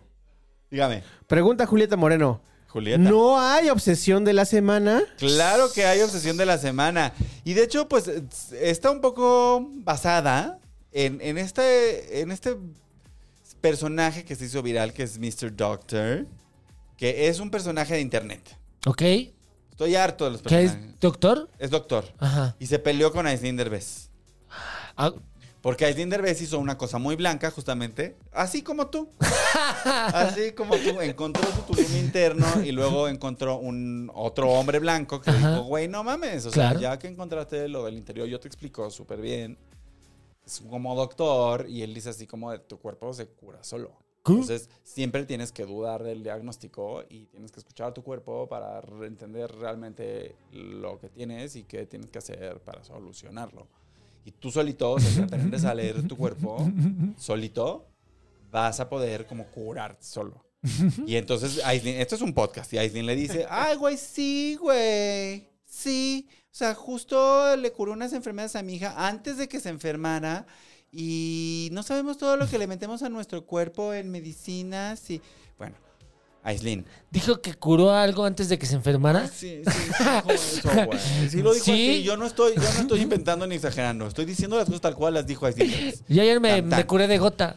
Speaker 1: Dígame,
Speaker 3: pregunta a Julieta Moreno.
Speaker 1: Julieta.
Speaker 3: ¿No hay obsesión de la semana?
Speaker 1: Claro que hay obsesión de la semana. Y de hecho, pues es- está un poco basada en, en este, en este personaje que se hizo viral, que es Mr. Doctor, que es un personaje de internet.
Speaker 2: ok, ¿qué
Speaker 1: Estoy harto de los
Speaker 2: es,
Speaker 1: personajes.
Speaker 2: doctor?
Speaker 1: Es doctor.
Speaker 3: Ah.
Speaker 2: Ajá.
Speaker 1: Y se peleó con Aislinn Derbez.
Speaker 2: Ah,
Speaker 1: Porque Aislinn Derbez hizo una cosa muy blanca, justamente, así como tú. Así como tú. Encontró su tulum interno y luego encontró un otro hombre blanco que
Speaker 2: Ajá.
Speaker 1: dijo, güey, no mames. O
Speaker 2: Claro.
Speaker 1: sea, ya que encontraste lo del interior, yo te explico súper bien. Es como doctor y él dice así como de tu cuerpo se cura solo. Entonces, siempre tienes que dudar del diagnóstico y tienes que escuchar a tu cuerpo para re- entender realmente lo que tienes y qué tienes que hacer para solucionarlo. Y tú solito, o sea, aprendes a leer tu cuerpo, solito, vas a poder como curar solo. Y entonces, Aislinn, esto es un podcast, y Aislinn le dice, ay, güey, sí, güey, sí. O sea, justo le curó unas enfermedades a mi hija antes de que se enfermara y no sabemos todo lo que le metemos a nuestro cuerpo en medicinas y... Bueno, Aislinn.
Speaker 2: ¿Dijo que curó algo antes de que se enfermara?
Speaker 1: Sí, sí, sí, dijo eso, güey. Sí lo dijo
Speaker 2: ¿Ah? Sí.
Speaker 1: así. Yo no, estoy, yo no estoy inventando ni exagerando. Estoy diciendo las cosas tal cual las dijo Aislinn.
Speaker 2: Yo ayer me,
Speaker 1: Tan, tan.
Speaker 2: me curé de gota.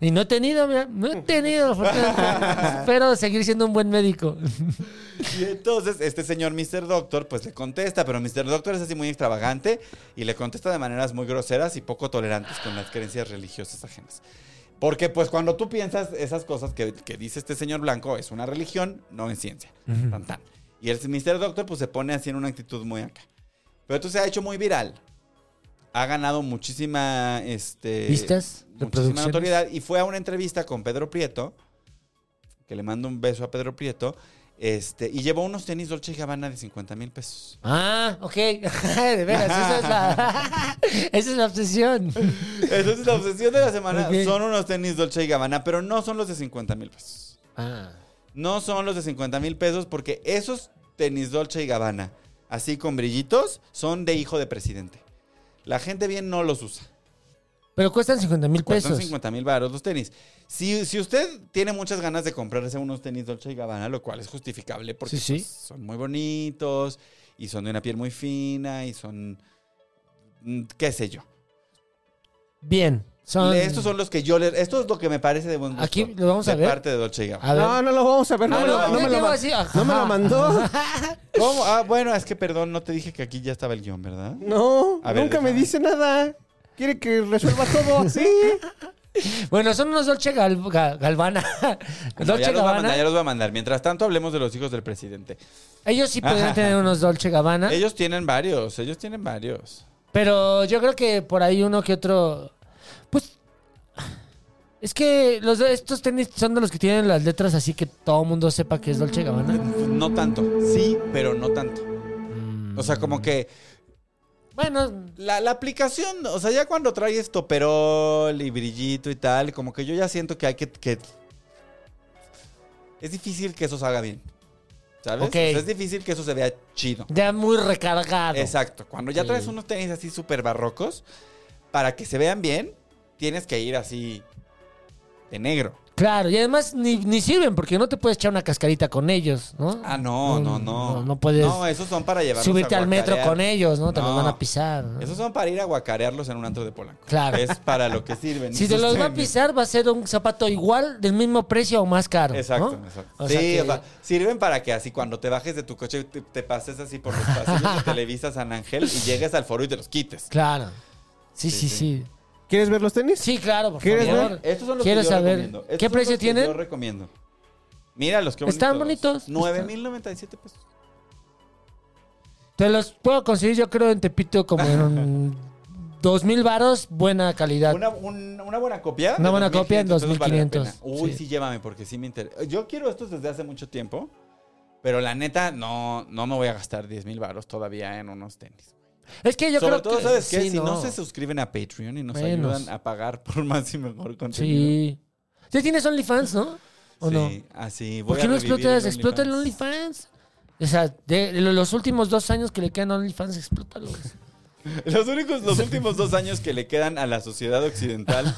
Speaker 2: Y no he tenido, mira, no he tenido la fortuna. Espero seguir siendo un buen médico.
Speaker 1: Y entonces este señor Mr. Doctor pues le contesta, pero Mr. Doctor es así muy extravagante y le contesta de maneras muy groseras y poco tolerantes con las creencias religiosas ajenas. Porque pues cuando tú piensas esas cosas que, que dice este señor blanco es una religión, no es ciencia. Tan, tan. Y el Mr. Doctor pues se pone así en una actitud muy acá. Pero esto se ha hecho muy viral. Ha ganado muchísima, este,
Speaker 2: Vistas,
Speaker 1: muchísima
Speaker 2: reproducciones.
Speaker 1: notoriedad y fue a una entrevista con Pedro Prieto, que le mando un beso a Pedro Prieto, este, y llevó unos tenis Dolce y Gabbana de 50 mil pesos.
Speaker 2: Ah, ok. De veras, esa es la, esa es la obsesión.
Speaker 1: Entonces la obsesión de la semana
Speaker 2: Ok.
Speaker 1: son unos tenis Dolce y Gabbana, pero no son los de 50 mil pesos.
Speaker 2: Ah,
Speaker 1: No son los de 50 mil pesos porque esos tenis Dolce y Gabbana, así con brillitos, son de hijo de presidente. La gente bien no los usa.
Speaker 2: pero cuestan 50 mil
Speaker 1: Cuestan
Speaker 2: pesos.
Speaker 1: 50 mil baros los tenis. Si, si usted tiene muchas ganas de comprarse unos tenis Dolce y Gabbana, lo cual es justificable porque
Speaker 2: Sí, sí.
Speaker 1: pues, son muy bonitos y son de una piel muy fina y son. mm, qué sé yo.
Speaker 2: Bien. Son,
Speaker 1: Estos son los que yo le. Esto es lo que me parece de buen gusto.
Speaker 2: Aquí lo vamos a
Speaker 1: de
Speaker 2: ver. Ah.
Speaker 1: parte de Dolce y Gabbana.
Speaker 2: A ver.
Speaker 3: No, no lo vamos a ver. No,
Speaker 2: Ah,
Speaker 3: me, lo,
Speaker 2: no,
Speaker 3: no
Speaker 2: yo
Speaker 3: me lo
Speaker 2: llego
Speaker 3: ma-
Speaker 2: así,
Speaker 3: no me lo
Speaker 2: ajá.
Speaker 3: mandó.
Speaker 1: ¿Cómo? Ah, bueno, es que perdón, no te dije que aquí ya estaba el guión, ¿verdad?
Speaker 3: No,
Speaker 1: A ver,
Speaker 3: nunca me
Speaker 1: déjame.
Speaker 3: dice nada. Quiere que resuelva todo, sí.
Speaker 2: Bueno, son unos Dolce Gal- Ga- Galvana.
Speaker 1: No, ya
Speaker 2: Dolce
Speaker 1: los va a mandar, ya
Speaker 2: Gabbana.
Speaker 1: los va a mandar. Mientras tanto, hablemos de los hijos del presidente.
Speaker 2: Ellos sí podrían
Speaker 1: Ajá.
Speaker 2: tener unos Dolce Gabbana.
Speaker 1: Ellos tienen varios, ellos tienen varios.
Speaker 2: Pero yo creo que por ahí uno que otro. Pues. Es que los de- estos tenis son de los que tienen las letras así que todo el mundo sepa que es Dolce Gabbana.
Speaker 1: No tanto. Sí, pero no tanto.
Speaker 2: Mm.
Speaker 1: O sea, como que
Speaker 2: Bueno,
Speaker 1: la, la aplicación, o sea, ya cuando traes toperol y brillito y tal, como que yo ya siento que hay que... que- es difícil que eso salga bien. ¿Sabes?
Speaker 2: Ok.
Speaker 1: O sea, es difícil que eso se vea chido.
Speaker 2: ya muy recargado.
Speaker 1: Exacto. Cuando ya
Speaker 2: Sí.
Speaker 1: traes unos tenis así súper barrocos, para que se vean bien, tienes que ir así de negro.
Speaker 2: Claro, y además ni, ni sirven porque no te puedes echar una cascarita con ellos, ¿no?
Speaker 1: Ah, no, no, no.
Speaker 2: No, puedes
Speaker 1: No, esos son para llevarlos
Speaker 2: subirte
Speaker 1: a
Speaker 2: al metro
Speaker 1: guacarear.
Speaker 2: con ellos, ¿no? Te los
Speaker 1: No.
Speaker 2: van a pisar. ¿no?
Speaker 1: Esos son para ir a guacarearlos en un antro de Polanco.
Speaker 2: Claro.
Speaker 1: Es para lo que sirven.
Speaker 2: Si te los va a
Speaker 1: Sostenes.
Speaker 2: pisar, va a ser un zapato igual, del mismo precio o más caro.
Speaker 1: Exacto,
Speaker 2: ¿no?
Speaker 1: exacto.
Speaker 2: O
Speaker 1: sí,
Speaker 2: sea que-
Speaker 1: o sea, sirven para que así cuando te bajes de tu coche te, te pases así por los pasillos de Televisa San Ángel y llegues al foro y te los quites.
Speaker 2: Claro. Sí, sí, sí. Sí,
Speaker 3: ¿Quieres ver los tenis?
Speaker 2: claro, por
Speaker 3: ¿Quieres
Speaker 2: favor.
Speaker 3: ver?
Speaker 1: Estos son los
Speaker 2: Quiero
Speaker 1: que yo
Speaker 2: saber,
Speaker 1: recomiendo. Estos
Speaker 2: ¿qué
Speaker 1: son
Speaker 2: precio
Speaker 1: los que
Speaker 2: tienen?
Speaker 1: Yo recomiendo. Mira los que
Speaker 2: Están bonitos.
Speaker 1: 9,097 pesos.
Speaker 2: Te los puedo conseguir, yo creo, en Tepito como en dos mil varos, buena calidad.
Speaker 1: Una, un- una buena copia.
Speaker 2: Una
Speaker 1: de
Speaker 2: buena copia en
Speaker 1: 2,500 pesos vale la
Speaker 2: 2,500,
Speaker 1: pena. Uy,
Speaker 2: sí.
Speaker 1: sí. llévame porque sí me interesa. Yo quiero estos desde hace mucho tiempo. Pero la neta, no, no me voy a gastar 10 mil baros todavía en unos tenis.
Speaker 2: Es que yo
Speaker 1: Sobre
Speaker 2: creo
Speaker 1: todo,
Speaker 2: que.
Speaker 1: ¿sabes qué?
Speaker 2: sí,
Speaker 1: si no. se suscriben a Patreon y nos
Speaker 2: Menos.
Speaker 1: ayudan a pagar por más y mejor contenido.
Speaker 2: Sí. Ya tienes OnlyFans, ¿no? ¿O
Speaker 1: Sí,
Speaker 2: no?
Speaker 1: Así, voy
Speaker 2: ¿Por qué
Speaker 1: a
Speaker 2: no
Speaker 1: revivir
Speaker 2: explotas?
Speaker 1: el
Speaker 2: Explota el
Speaker 1: OnlyFans.
Speaker 2: OnlyFans. O sea, de de los últimos dos años que le quedan a OnlyFans, explótalos.
Speaker 1: Los únicos, los últimos dos años que le quedan a la sociedad occidental,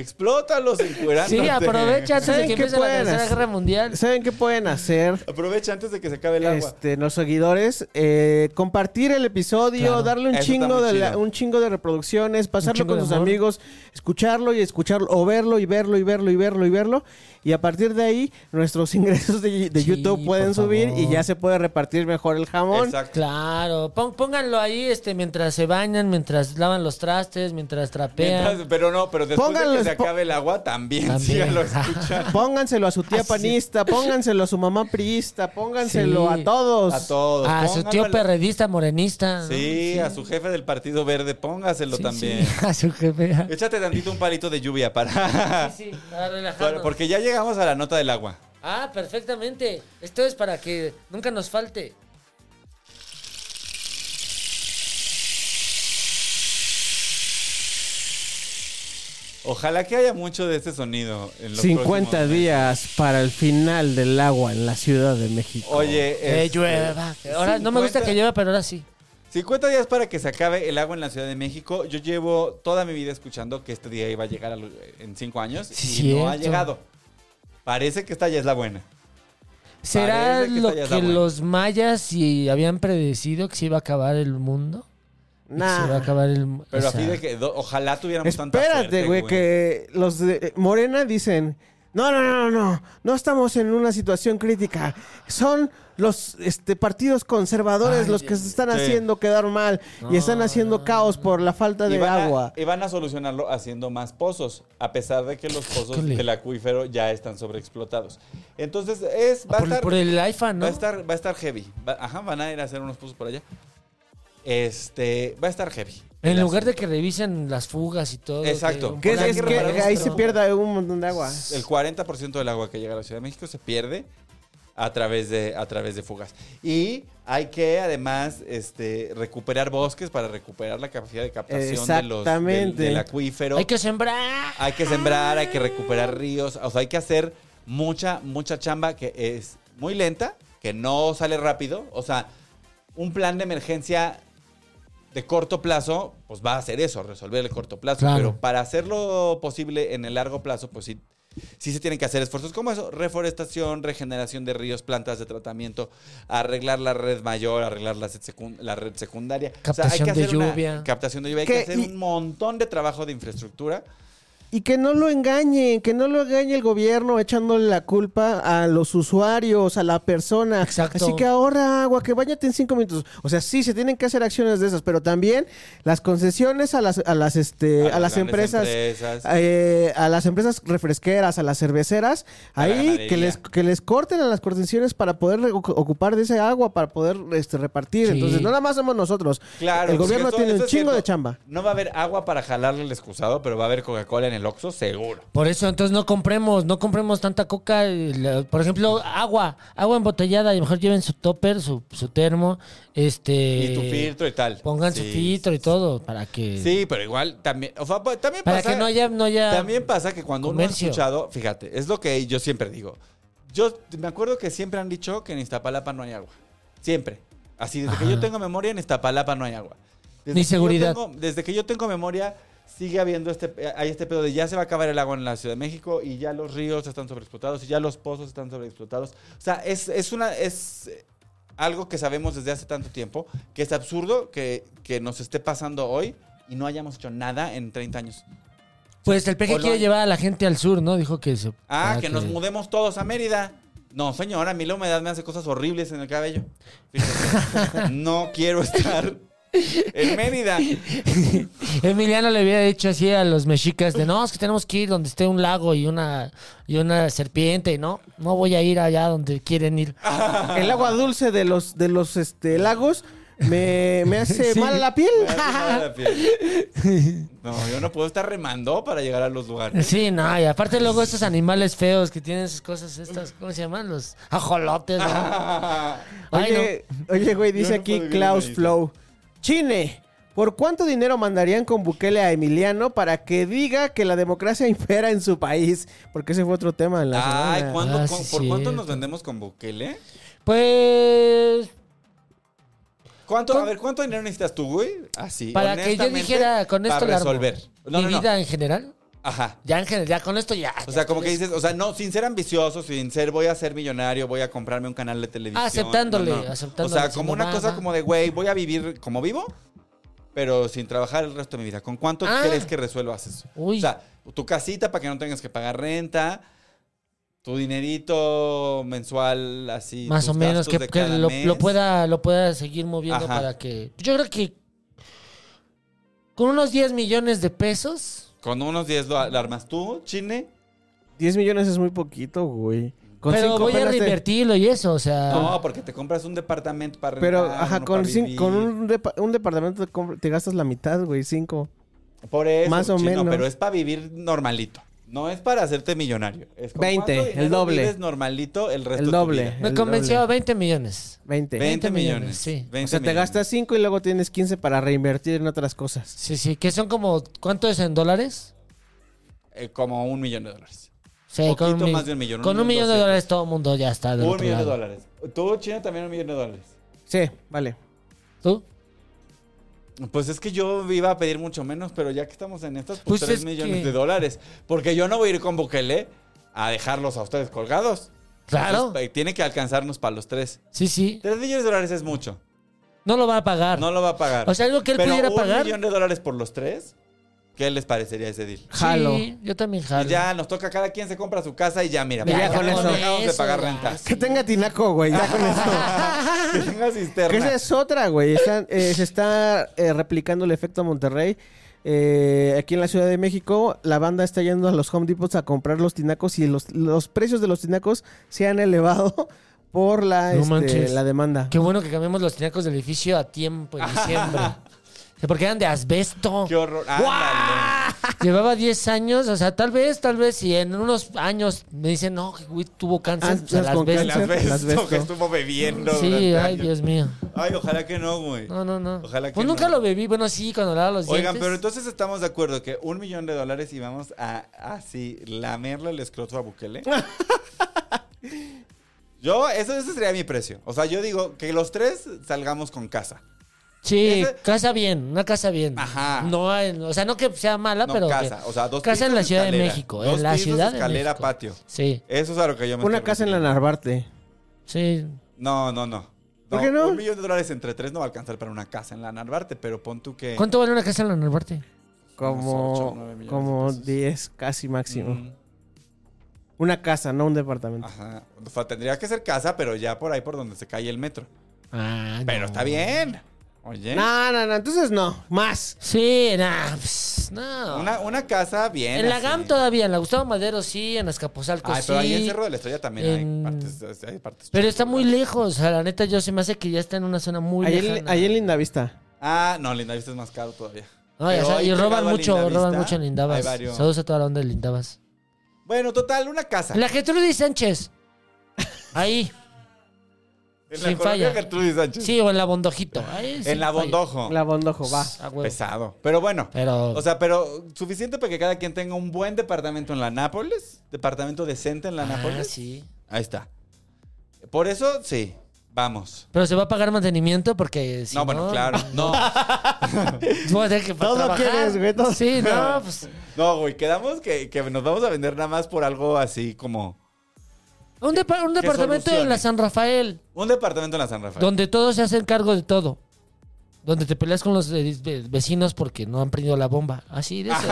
Speaker 1: explótalos encuerándote.
Speaker 2: Sí, aprovecha antes de
Speaker 3: ¿Saben
Speaker 2: que
Speaker 3: qué
Speaker 2: empiece la
Speaker 3: pueden
Speaker 2: tercera
Speaker 3: hacer?
Speaker 2: guerra mundial.
Speaker 3: ¿Saben qué pueden hacer?
Speaker 1: Aprovecha antes de que se acabe el agua.
Speaker 3: Este, los seguidores, eh, compartir el episodio,
Speaker 2: Claro.
Speaker 3: darle un
Speaker 1: Eso está
Speaker 3: chingo,
Speaker 1: muy
Speaker 3: de la-
Speaker 1: chido.
Speaker 3: un chingo de reproducciones, pasarlo
Speaker 2: chingo
Speaker 3: con
Speaker 2: de
Speaker 3: sus
Speaker 2: amor.
Speaker 3: amigos, escucharlo y escucharlo, o verlo y verlo y verlo y verlo y verlo. Y a partir de ahí, nuestros ingresos de, de
Speaker 2: Sí,
Speaker 3: YouTube pueden
Speaker 2: por
Speaker 3: subir y
Speaker 2: favor.
Speaker 3: ya se puede repartir mejor el jamón.
Speaker 1: Exacto.
Speaker 2: Claro, pon- pónganlo ahí este, mientras se bañan, mientras lavan los trastes, mientras trapean.
Speaker 1: Mientras- pero no, pero después de
Speaker 3: Pónganlo,
Speaker 1: que se
Speaker 3: po-
Speaker 1: acabe el agua, también,
Speaker 2: También.
Speaker 1: síganlo escuchando.
Speaker 3: Pónganselo a su tía
Speaker 2: Así.
Speaker 3: panista, pónganselo a su mamá priista, pónganselo
Speaker 2: Sí.
Speaker 3: a todos.
Speaker 1: A todos.
Speaker 2: Pues, a Ah, su
Speaker 1: pónganlo
Speaker 2: tío
Speaker 1: a la-
Speaker 2: perredista, morenista. ¿no?
Speaker 1: Sí, a su jefe del Partido Verde, póngaselo
Speaker 2: Sí,
Speaker 1: también.
Speaker 2: sí, a su jefe.
Speaker 1: Échate tantito un palito de lluvia para...
Speaker 2: Sí, sí, para relajarnos.
Speaker 1: para- Porque ya llegamos a la nota del agua.
Speaker 2: Ah, perfectamente. Esto es para que nunca nos falte.
Speaker 1: Ojalá que haya mucho de este sonido en los
Speaker 3: 50
Speaker 1: próximos-
Speaker 3: días para el final del agua en la Ciudad de México.
Speaker 1: Oye,
Speaker 2: Que
Speaker 1: este,
Speaker 2: llueva. que- Ahora no me gusta
Speaker 1: 50
Speaker 2: que llueva, pero ahora sí.
Speaker 1: 50 días para que se acabe el agua en la Ciudad de México. Yo llevo toda mi vida escuchando que este día iba a llegar al- en 5 años y
Speaker 2: Sí,
Speaker 1: no ha
Speaker 2: cierto.
Speaker 1: llegado. Parece que esta ya es la buena.
Speaker 2: ¿Será
Speaker 1: Parece que
Speaker 2: lo
Speaker 1: esta ya
Speaker 2: que
Speaker 1: está buena.
Speaker 2: los mayas si habían predecido que se iba a acabar el mundo? Y que Se iba a
Speaker 3: Nah.
Speaker 2: acabar el mundo.
Speaker 1: Pero a fin de que do- ojalá tuviéramos tanta
Speaker 3: Espérate,
Speaker 1: suerte,
Speaker 3: güey, que los de Morena dicen, no, no, no, no, no, no estamos en una situación crítica. Son los este, partidos conservadores los que se están
Speaker 1: sí.
Speaker 3: haciendo quedar mal y están haciendo caos por la falta
Speaker 1: Y
Speaker 3: de
Speaker 1: van a-
Speaker 3: agua.
Speaker 1: y van a solucionarlo haciendo más pozos, a pesar de que los pozos
Speaker 2: Híjole.
Speaker 1: del acuífero ya están sobreexplotados. Entonces, es, va, a
Speaker 2: Por,
Speaker 1: estar,
Speaker 2: por el iPhone, ¿no?
Speaker 1: va, a estar, va a estar heavy. Va- ajá, van a ir a hacer unos pozos por allá. Este, va a estar heavy.
Speaker 2: En
Speaker 1: El
Speaker 2: lugar
Speaker 1: asunto.
Speaker 2: de que revisen las fugas y todo.
Speaker 1: Exacto.
Speaker 2: un
Speaker 3: Que es,
Speaker 2: plan
Speaker 3: es
Speaker 2: de
Speaker 3: que
Speaker 2: reparar
Speaker 3: ahí
Speaker 2: esto.
Speaker 3: se pierde un montón de agua.
Speaker 1: el 40% del agua que llega a la Ciudad de México se pierde a través de, a través de fugas. Y hay que además este, recuperar bosques para recuperar la capacidad de captación de los, del,
Speaker 3: Exactamente.
Speaker 1: del acuífero.
Speaker 2: Hay que sembrar.
Speaker 1: Hay que sembrar, hay que recuperar ríos. O sea, hay que hacer mucha, mucha chamba que es muy lenta, que no sale rápido. O sea, un plan de emergencia de corto plazo, pues va a hacer eso, resolver el corto plazo.
Speaker 2: Claro.
Speaker 1: Pero para hacerlo posible en el largo plazo, pues sí, sí se tienen que hacer esfuerzos como eso. Reforestación, regeneración de ríos, plantas de tratamiento, arreglar la red mayor, arreglar la, sed secun- la red secundaria. hay
Speaker 2: Captación de
Speaker 1: una
Speaker 2: lluvia.
Speaker 1: captación de lluvia. Hay
Speaker 3: Que-
Speaker 1: que hacer
Speaker 3: y-
Speaker 1: un montón de trabajo de infraestructura.
Speaker 3: Y que no lo engañen, que no lo engañe el gobierno echándole la culpa a los usuarios, a la persona.
Speaker 2: Exacto.
Speaker 3: Así que ahora agua, que bañate en cinco minutos. O sea, sí, se tienen que hacer acciones de esas, pero también las concesiones a las, a las, este, a,
Speaker 1: A las
Speaker 3: las
Speaker 1: grandes
Speaker 3: empresas,
Speaker 1: empresas.
Speaker 3: eh, a las empresas refresqueras, a las cerveceras,
Speaker 1: A la
Speaker 3: ahí que
Speaker 1: ganadería.
Speaker 3: les, que les corten a las concesiones para poder re- ocupar de ese agua, para poder este, repartir.
Speaker 2: Sí.
Speaker 3: Entonces, no nada más somos nosotros.
Speaker 1: Claro,
Speaker 3: El
Speaker 1: sí,
Speaker 3: gobierno
Speaker 1: eso-
Speaker 3: tiene
Speaker 1: eso
Speaker 3: un
Speaker 1: es
Speaker 3: chingo
Speaker 1: cierto.
Speaker 3: de chamba.
Speaker 1: No va a haber agua para jalarle el excusado, pero va a haber Coca-Cola en el Oxxo, seguro.
Speaker 2: Por eso, entonces no compremos, no compremos tanta coca. eh, la- Por ejemplo, agua, agua embotellada. A lo mejor lleven su topper, su, su termo. Este,
Speaker 1: Y tu filtro y tal.
Speaker 2: Pongan su
Speaker 1: Sí,
Speaker 2: filtro y todo para que.
Speaker 1: Sí, pero igual también, o sea, pa- también
Speaker 2: para
Speaker 1: pasa,
Speaker 2: que no haya. No haya
Speaker 1: también pasa que cuando
Speaker 2: comercio.
Speaker 1: uno ha escuchado, fíjate, es lo que yo siempre digo. Yo me acuerdo que siempre han dicho que en Iztapalapa no hay agua. Siempre. Así, desde que yo tengo memoria, en Iztapalapa no hay agua. Desde
Speaker 2: Ni
Speaker 1: que yo
Speaker 2: seguridad.
Speaker 1: tengo- desde que yo tengo memoria, sigue habiendo este, hay este pedo de ya se va a acabar el agua en la Ciudad de México y ya los ríos están sobreexplotados y ya los pozos están sobreexplotados. O sea, es, es una, es algo que sabemos desde hace tanto tiempo, que es absurdo que, que nos esté pasando hoy y no hayamos hecho nada en 30 años.
Speaker 2: Pues el
Speaker 1: O
Speaker 2: peje
Speaker 1: lo
Speaker 2: quiere
Speaker 1: hay.
Speaker 2: llevar a la gente al sur, ¿no? Dijo que. se-
Speaker 1: Ah,
Speaker 2: para
Speaker 1: que, nos mudemos todos a Mérida. No, señora, a mí la humedad me hace cosas horribles en el cabello. Fíjese, no quiero estar en Mérida.
Speaker 2: Emiliano le había dicho así a los mexicas de no, es que tenemos que ir donde esté un lago y una y una serpiente, y ¿no? No voy a ir allá donde quieren ir.
Speaker 3: El agua dulce de los de los este lagos me, me hace
Speaker 2: Sí.
Speaker 3: mal a la piel.
Speaker 1: Me hace mal la piel. No, yo no puedo estar remando para llegar a los lugares.
Speaker 2: Sí, no, y aparte luego estos animales feos que tienen sus cosas, estas, ¿cómo se llaman? Los ajolotes. ¿no? Ay, no.
Speaker 3: Oye, oye, güey, dice
Speaker 1: no puedo
Speaker 3: aquí
Speaker 1: vivir
Speaker 3: Klaus
Speaker 1: una isla.
Speaker 3: Flow. Chine, ¿por cuánto dinero mandarían con Bukele a Emiliano para que diga que la democracia impera en su país? Porque ese fue otro tema en la
Speaker 1: Ay,
Speaker 3: semana.
Speaker 1: ¿cuándo-
Speaker 2: Ah,
Speaker 1: cu-
Speaker 2: sí,
Speaker 1: ¿por cuánto nos
Speaker 2: cierto.
Speaker 1: vendemos con Bukele?
Speaker 2: Pues
Speaker 1: ¿Cuánto, a ver, ¿cuánto dinero necesitas tú, güey? Así,
Speaker 2: para que yo
Speaker 1: honestamente,
Speaker 2: dijera con esto
Speaker 1: Para
Speaker 2: la armo.
Speaker 1: resolver. No,
Speaker 2: mi
Speaker 1: no, no.
Speaker 2: vida en general,
Speaker 1: Ajá.
Speaker 2: ya en general, ya con esto ya.
Speaker 1: O
Speaker 2: ya
Speaker 1: sea, como que
Speaker 2: estoy
Speaker 1: dices, o sea, no, sin ser ambicioso, sin ser voy a ser millonario, voy a comprarme un canal de televisión.
Speaker 2: Ah, Aceptándole,
Speaker 1: No, no.
Speaker 2: aceptándole,
Speaker 1: O sea,
Speaker 2: diciendo,
Speaker 1: como una
Speaker 2: va,
Speaker 1: cosa
Speaker 2: va.
Speaker 1: como de, güey, voy a vivir como vivo, pero sin trabajar el resto de mi vida. ¿Con cuánto
Speaker 2: Ah.
Speaker 1: crees que resuelvas eso?
Speaker 2: Uy.
Speaker 1: O sea, tu casita para que no tengas que pagar renta, tu dinerito mensual así.
Speaker 2: más o
Speaker 1: tus
Speaker 2: menos
Speaker 1: gastos
Speaker 2: que,
Speaker 1: de
Speaker 2: que
Speaker 1: cada
Speaker 2: lo,
Speaker 1: mes.
Speaker 2: lo pueda lo pueda seguir moviendo
Speaker 1: Ajá.
Speaker 2: para que yo creo que con unos 10 millones de pesos
Speaker 1: Con unos 10 lo lo armas tú, chine.
Speaker 3: 10 millones es muy poquito, güey. Con
Speaker 2: pero
Speaker 3: cinco
Speaker 2: voy a
Speaker 3: apenas te-
Speaker 2: reinvertirlo y eso o sea
Speaker 1: No, porque te compras un departamento para rentar.
Speaker 3: Pero, ajá,
Speaker 1: uno
Speaker 3: con,
Speaker 1: Ah, para
Speaker 3: cin-
Speaker 1: vivir.
Speaker 3: con un, depa- un departamento te, compra- te gastas la mitad, güey, cinco.
Speaker 1: Por eso,
Speaker 3: Más o
Speaker 1: chino,
Speaker 3: menos.
Speaker 1: Pero es para vivir normalito. No es para hacerte millonario. Es con
Speaker 3: 20,
Speaker 1: cuánto dinero
Speaker 3: el doble.
Speaker 1: Vives normalito el resto
Speaker 3: El
Speaker 1: de tu
Speaker 3: doble.
Speaker 1: vida.
Speaker 2: me
Speaker 3: el
Speaker 2: convenció
Speaker 3: doble.
Speaker 2: 20 millones
Speaker 3: 20.
Speaker 1: 20,
Speaker 2: 20 millones,
Speaker 1: millones.
Speaker 2: sí. O
Speaker 1: 20
Speaker 3: o sea, te
Speaker 1: millones.
Speaker 3: gastas cinco y luego tienes 15 para reinvertir en otras cosas.
Speaker 2: sí sí que son como cuánto es en dólares
Speaker 1: eh, como un millón de dólares.
Speaker 2: sí,
Speaker 1: Poquito
Speaker 2: con mi-
Speaker 1: más de un millón, un
Speaker 2: con un
Speaker 1: millón
Speaker 2: millón de
Speaker 1: doscientos.
Speaker 2: dólares todo el mundo ya está del
Speaker 1: Un
Speaker 2: otro
Speaker 1: millón de
Speaker 2: lado.
Speaker 1: dólares. Tú, China, también un millón de dólares.
Speaker 3: Sí, vale.
Speaker 2: tú
Speaker 1: Pues es que yo iba a pedir mucho menos, pero ya que estamos en estas,
Speaker 2: Pues
Speaker 1: pues, tres
Speaker 2: es
Speaker 1: millones
Speaker 2: que-
Speaker 1: de dólares. Porque yo no voy a ir con Bukele a dejarlos a ustedes colgados.
Speaker 2: claro
Speaker 1: Entonces, eh, tiene que alcanzarnos para los tres.
Speaker 2: sí sí
Speaker 1: Tres millones de dólares es mucho.
Speaker 2: no lo va a pagar
Speaker 1: No lo va a pagar.
Speaker 2: o sea algo que él
Speaker 1: Pero
Speaker 2: pudiera
Speaker 1: un
Speaker 2: pagar
Speaker 1: millón de dólares por los tres, ¿qué les parecería ese deal?
Speaker 3: Jalo.
Speaker 2: sí yo también
Speaker 1: Y
Speaker 2: jalo
Speaker 1: ya nos toca cada quien se compra su casa y ya, mira,
Speaker 3: Ya, ya con eso.
Speaker 1: dejamos de pagar
Speaker 2: ya,
Speaker 1: renta.
Speaker 2: sí.
Speaker 3: Que tenga tinaco, güey, ya con esto.
Speaker 1: que tenga
Speaker 3: Que
Speaker 1: cisterna.
Speaker 3: esa es otra, güey. Están, eh, se está eh, replicando el efecto Monterrey. Eh, aquí en la Ciudad de México, la banda está yendo a los Home Depots a comprar los tinacos y los, los precios de los tinacos se han elevado por la,
Speaker 2: No
Speaker 3: este,
Speaker 2: manches.
Speaker 3: la demanda.
Speaker 2: Qué bueno que cambiamos los tinacos del edificio a tiempo en diciembre. O sea, Porque eran de asbesto.
Speaker 1: Qué horror. Ándale.
Speaker 2: Llevaba 10 años. O sea, tal vez, tal vez, si en unos años me dicen, no, que güey tuvo cáncer,
Speaker 3: Ah,
Speaker 2: pues, al
Speaker 3: con
Speaker 1: El
Speaker 2: asbesto.
Speaker 3: cáncer. El
Speaker 1: asbesto
Speaker 3: asbesto.
Speaker 1: que estuvo bebiendo.
Speaker 2: Sí,
Speaker 1: durante
Speaker 2: ay,
Speaker 1: años.
Speaker 2: Dios mío.
Speaker 1: Ay, ojalá que no, güey.
Speaker 2: No, no, no.
Speaker 1: Ojalá que
Speaker 2: pues nunca
Speaker 1: no.
Speaker 2: lo bebí. Bueno, sí, cuando lava los dientes.
Speaker 1: Oigan, pero entonces estamos de acuerdo que un millón de dólares y vamos a así lamerle el escroto a Bukele. yo, eso, ese sería mi precio. O sea, yo digo que los tres salgamos con casa.
Speaker 2: Sí,
Speaker 1: ese-
Speaker 2: casa bien, una casa bien.
Speaker 1: Ajá.
Speaker 2: No, en- o sea, no que sea mala,
Speaker 1: No,
Speaker 2: Ah, pero.
Speaker 1: casa.
Speaker 2: que-
Speaker 1: O sea, dos
Speaker 2: casa en la
Speaker 1: pisos,
Speaker 2: Ciudad de
Speaker 1: escalera.
Speaker 2: México.
Speaker 1: Dos
Speaker 2: en la
Speaker 1: pisos,
Speaker 2: ciudad de
Speaker 1: escalera,
Speaker 2: México.
Speaker 1: patio.
Speaker 2: Sí,
Speaker 1: Eso es a lo que yo me
Speaker 3: Una
Speaker 1: estoy
Speaker 3: casa en la
Speaker 1: refiriendo.
Speaker 3: Narvarte.
Speaker 2: sí.
Speaker 1: No, no, no.
Speaker 3: ¿Por qué no?
Speaker 1: Un millón de dólares entre tres no va a alcanzar para una casa en la Narvarte, pero pon tú que.
Speaker 2: ¿Cuánto vale una casa en la Narvarte?
Speaker 3: Como,
Speaker 1: Unos ocho, nueve millones de
Speaker 3: como
Speaker 1: pesos.
Speaker 3: 10 casi máximo.
Speaker 1: Mm, Ah,
Speaker 3: Una casa, no un departamento.
Speaker 1: Ajá. O sea, tendría que ser casa, pero ya por ahí por donde se cae el metro.
Speaker 2: Ah,
Speaker 1: Pero
Speaker 2: no.
Speaker 1: está bien. Oye.
Speaker 3: No, no, no, entonces no, más.
Speaker 2: Sí, nah, pss, no.
Speaker 1: Una, una casa bien.
Speaker 2: en la
Speaker 1: así.
Speaker 2: GAM todavía, en la Gustavo Madero sí, en Azcapotzalco
Speaker 1: Ay,
Speaker 2: sí.
Speaker 1: pero ahí en Cerro
Speaker 2: pero,
Speaker 1: de la Estrella también
Speaker 2: En-
Speaker 1: hay partes. Hay partes
Speaker 2: está muy lejos, o sea, la neta yo se me hace que ya está en una zona muy
Speaker 3: Ahí en,
Speaker 2: lejana.
Speaker 3: ahí en Lindavista.
Speaker 1: Ah, no, Linda Vista es más caro todavía.
Speaker 2: No, ya
Speaker 1: Pero
Speaker 2: sabes,
Speaker 1: ahí
Speaker 2: y roban
Speaker 1: pegado a
Speaker 2: mucho,
Speaker 1: Lindavista
Speaker 2: roban mucho en
Speaker 1: hay
Speaker 2: Lindavas.
Speaker 1: varios.
Speaker 2: Saludos a toda la onda de Lindavas.
Speaker 1: Bueno, total, una casa.
Speaker 2: La Gertrudis Sánchez. Ahí,
Speaker 1: en
Speaker 2: sin
Speaker 1: la colonia
Speaker 2: falla.
Speaker 1: Gertrudis Sánchez.
Speaker 2: sí, o en la Bondojito. ahí, sin
Speaker 1: en la Pues,
Speaker 2: falla.
Speaker 1: Bondojo.
Speaker 3: La Bondojo, va.
Speaker 2: Ah, huevo.
Speaker 1: Pesado. Pero bueno.
Speaker 2: Pero
Speaker 1: O sea, pero suficiente para que cada quien tenga un buen departamento en la Nápoles, departamento decente en la
Speaker 2: ah,
Speaker 1: Nápoles.
Speaker 2: sí.
Speaker 1: Ahí está. Por eso, sí, vamos.
Speaker 2: Pero se va a pagar mantenimiento porque si
Speaker 1: no,
Speaker 2: no,
Speaker 1: bueno, claro. No,
Speaker 2: voy a tener que
Speaker 3: Todo
Speaker 2: trabajar.
Speaker 3: quieres, güey, todo.
Speaker 2: Sí, no, pues
Speaker 1: no, güey, quedamos que, que nos vamos a vender nada más por algo así como
Speaker 2: un, depa- un
Speaker 1: Que
Speaker 2: departamento en
Speaker 1: solucione.
Speaker 2: la San Rafael.
Speaker 1: un departamento en la San Rafael.
Speaker 2: Donde todos se hacen cargo de todo. Donde te peleas con los eh, ve- vecinos porque no han prendido la bomba. Así de eso.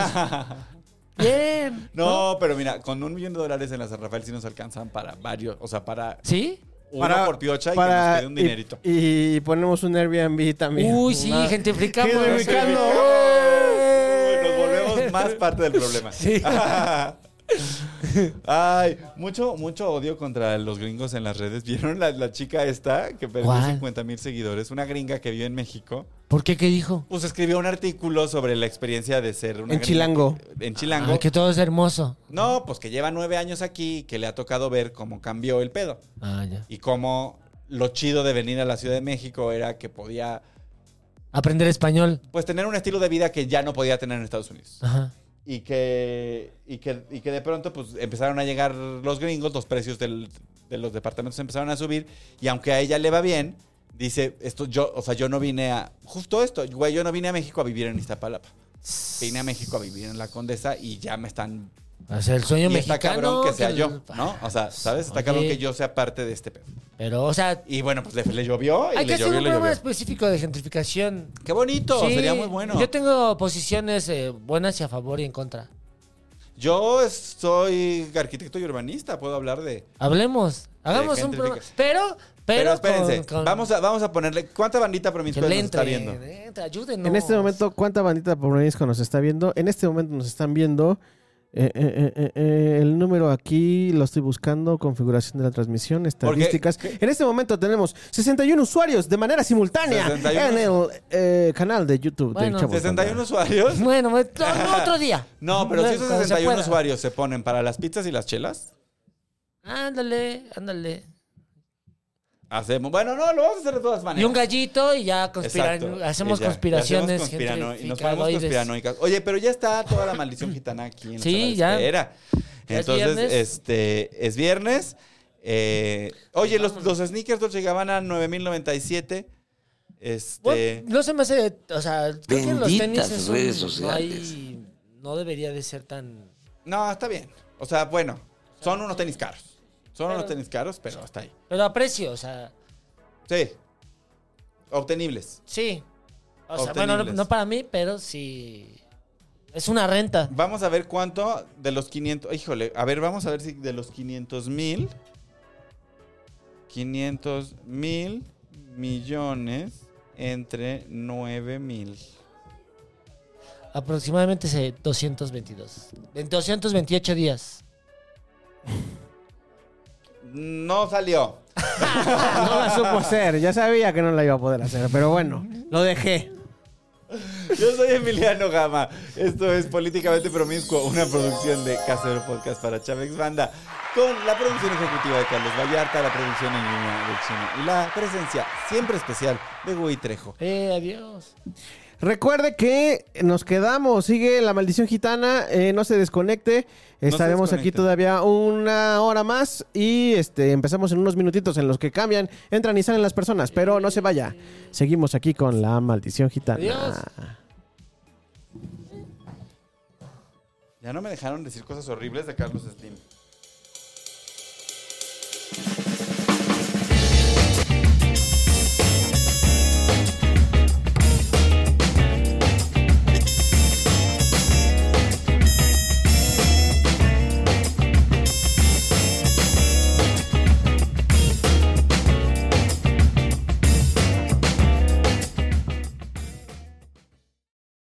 Speaker 2: Bien.
Speaker 1: No, pero mira, con un millón de dólares en la San Rafael sí nos alcanzan para varios, o sea, para
Speaker 2: ¿Sí?
Speaker 1: uno por piocha y que nos
Speaker 3: para-
Speaker 1: quede un dinerito.
Speaker 3: Y, y ponemos un Airbnb también.
Speaker 2: Uy, sí,
Speaker 3: Una-
Speaker 2: gentrificamos.
Speaker 3: Gentrificando.
Speaker 1: Nos volvemos más parte del problema.
Speaker 2: Sí.
Speaker 1: Ay, mucho, mucho odio contra los gringos en las redes. ¿Vieron la, la chica esta que perdió
Speaker 2: ¿Cuál?
Speaker 1: 50 mil seguidores? Una gringa que vive en México.
Speaker 2: ¿Por qué? ¿Qué dijo?
Speaker 1: Pues escribió un artículo sobre la experiencia de ser una
Speaker 3: En
Speaker 1: gringa
Speaker 3: Chilango.
Speaker 1: que- en Chilango.
Speaker 2: Ah, que todo es hermoso.
Speaker 1: No, pues que lleva nueve años aquí y que le ha tocado ver cómo cambió el pedo.
Speaker 2: Ah, ya.
Speaker 1: Y cómo lo chido de venir a la Ciudad de México era que podía,
Speaker 2: Aprender español.
Speaker 1: pues tener un estilo de vida que ya no podía tener en Estados Unidos.
Speaker 2: Ajá.
Speaker 1: Y que, y que, y que de pronto pues empezaron a llegar los gringos, los precios del- de los departamentos empezaron a subir. Y aunque a ella le va bien, dice, esto yo, o sea, yo no vine a, justo esto, güey, yo no vine a México a vivir en Iztapalapa. Vine a México a vivir en La Condesa y ya me están
Speaker 2: O sea, el sueño
Speaker 1: Y
Speaker 2: mexicano.
Speaker 1: está cabrón que sea
Speaker 2: el-
Speaker 1: yo, ¿no? O sea, ¿sabes? Está
Speaker 2: Oye,
Speaker 1: cabrón que yo sea parte de este pedo.
Speaker 2: Pero, o sea,
Speaker 1: Y bueno, pues le, le llovió y
Speaker 2: hay que
Speaker 1: le
Speaker 2: hacer
Speaker 1: llovió,
Speaker 2: un
Speaker 1: le
Speaker 2: programa
Speaker 1: llovió.
Speaker 2: específico de gentrificación.
Speaker 1: Qué bonito,
Speaker 2: Sí,
Speaker 1: sería muy bueno.
Speaker 2: Yo
Speaker 1: Yo,
Speaker 2: tengo posiciones eh, buenas y a favor y en contra.
Speaker 1: soy arquitecto y urbanista, puedo hablar de...
Speaker 2: Hablemos, hagamos un programa.
Speaker 1: gentrificación.
Speaker 2: Pero,
Speaker 1: Pero,
Speaker 2: pero,
Speaker 1: espérense,
Speaker 2: con- con-
Speaker 1: Vamos, a, vamos a ponerle... ¿Cuánta bandita
Speaker 2: que
Speaker 1: promiscua
Speaker 2: le
Speaker 1: nos está
Speaker 2: entre,
Speaker 1: viendo?
Speaker 2: le entre, ayúdenos.
Speaker 3: En este momento, ¿cuánta bandita por Promisco nos está viendo? En este momento nos están viendo. eh, eh, eh, eh, el número aquí lo estoy buscando, configuración de la transmisión, estadísticas. En este momento tenemos 61 usuarios de manera simultánea
Speaker 1: 61.
Speaker 3: en el eh, canal de YouTube
Speaker 2: Bueno,
Speaker 3: del Chavo.
Speaker 1: 61 usuarios.
Speaker 2: Bueno, me- otro, otro día.
Speaker 1: No, pero si
Speaker 2: Bueno,
Speaker 1: esos
Speaker 2: cuando se
Speaker 1: 61
Speaker 2: pueda.
Speaker 1: usuarios se ponen para las pizzas y las chelas,
Speaker 2: Ándale, ándale.
Speaker 1: hacemos... Bueno, no, lo vamos a hacer de todas maneras.
Speaker 2: Y un gallito y ya conspiran,
Speaker 1: Exacto.
Speaker 2: hacemos
Speaker 1: Y ya.
Speaker 2: conspiraciones.
Speaker 1: Y hacemos conspirano- y nos ponemos
Speaker 2: gentrificadoides.
Speaker 1: conspiranoicas. Oye, pero ya está toda la maldición gitana aquí en la sala
Speaker 2: Sí, ya.
Speaker 1: de espera.
Speaker 2: Ya es
Speaker 1: Entonces,
Speaker 2: viernes.
Speaker 1: este, es viernes. Eh, oye, los, los sneakers los llegaban a 9,097. Este,
Speaker 2: Bueno, no se me hace, o sea, creo que los tenis
Speaker 4: Benditas
Speaker 2: es
Speaker 4: redes
Speaker 2: un- no, hay-
Speaker 4: sociales.
Speaker 2: no debería de ser tan...
Speaker 1: no, está bien. O sea, bueno, son unos tenis caros. Son
Speaker 2: Pero-
Speaker 1: unos tenis caros, pero hasta ahí.
Speaker 2: Pero aprecio, o sea,
Speaker 1: Sí. Obtenibles.
Speaker 2: sí. O sea, bueno, no,
Speaker 1: Obtenibles.
Speaker 2: no para mí, pero sí. Es una renta.
Speaker 1: Vamos a ver cuánto de los 500. Híjole, a ver, vamos a ver si de los 500 mil. 500 mil millones entre 9 mil.
Speaker 2: Aproximadamente se- 222. En 228 días.
Speaker 1: No salió.
Speaker 3: Ah, No la supo hacer, ya sabía que no la iba a poder hacer, pero bueno, lo dejé.
Speaker 1: Yo soy Emiliano Gama. Esto es Políticamente Promiscuo, una producción de Casero Podcast para Chávez Banda, con la producción ejecutiva de Carlos Vallarta, la producción en línea de Chino y la presencia siempre especial de Gui Trejo.
Speaker 2: Eh, adiós.
Speaker 3: Recuerde que nos quedamos, sigue la maldición gitana, eh, no se desconecte, estaremos
Speaker 1: desconecten.
Speaker 3: aquí todavía una hora más y este empezamos en unos minutitos en los que cambian, entran y salen las personas, pero no se vaya, seguimos aquí con la maldición gitana.
Speaker 2: Adiós.
Speaker 1: Ya no me dejaron decir cosas horribles de Carlos Slim.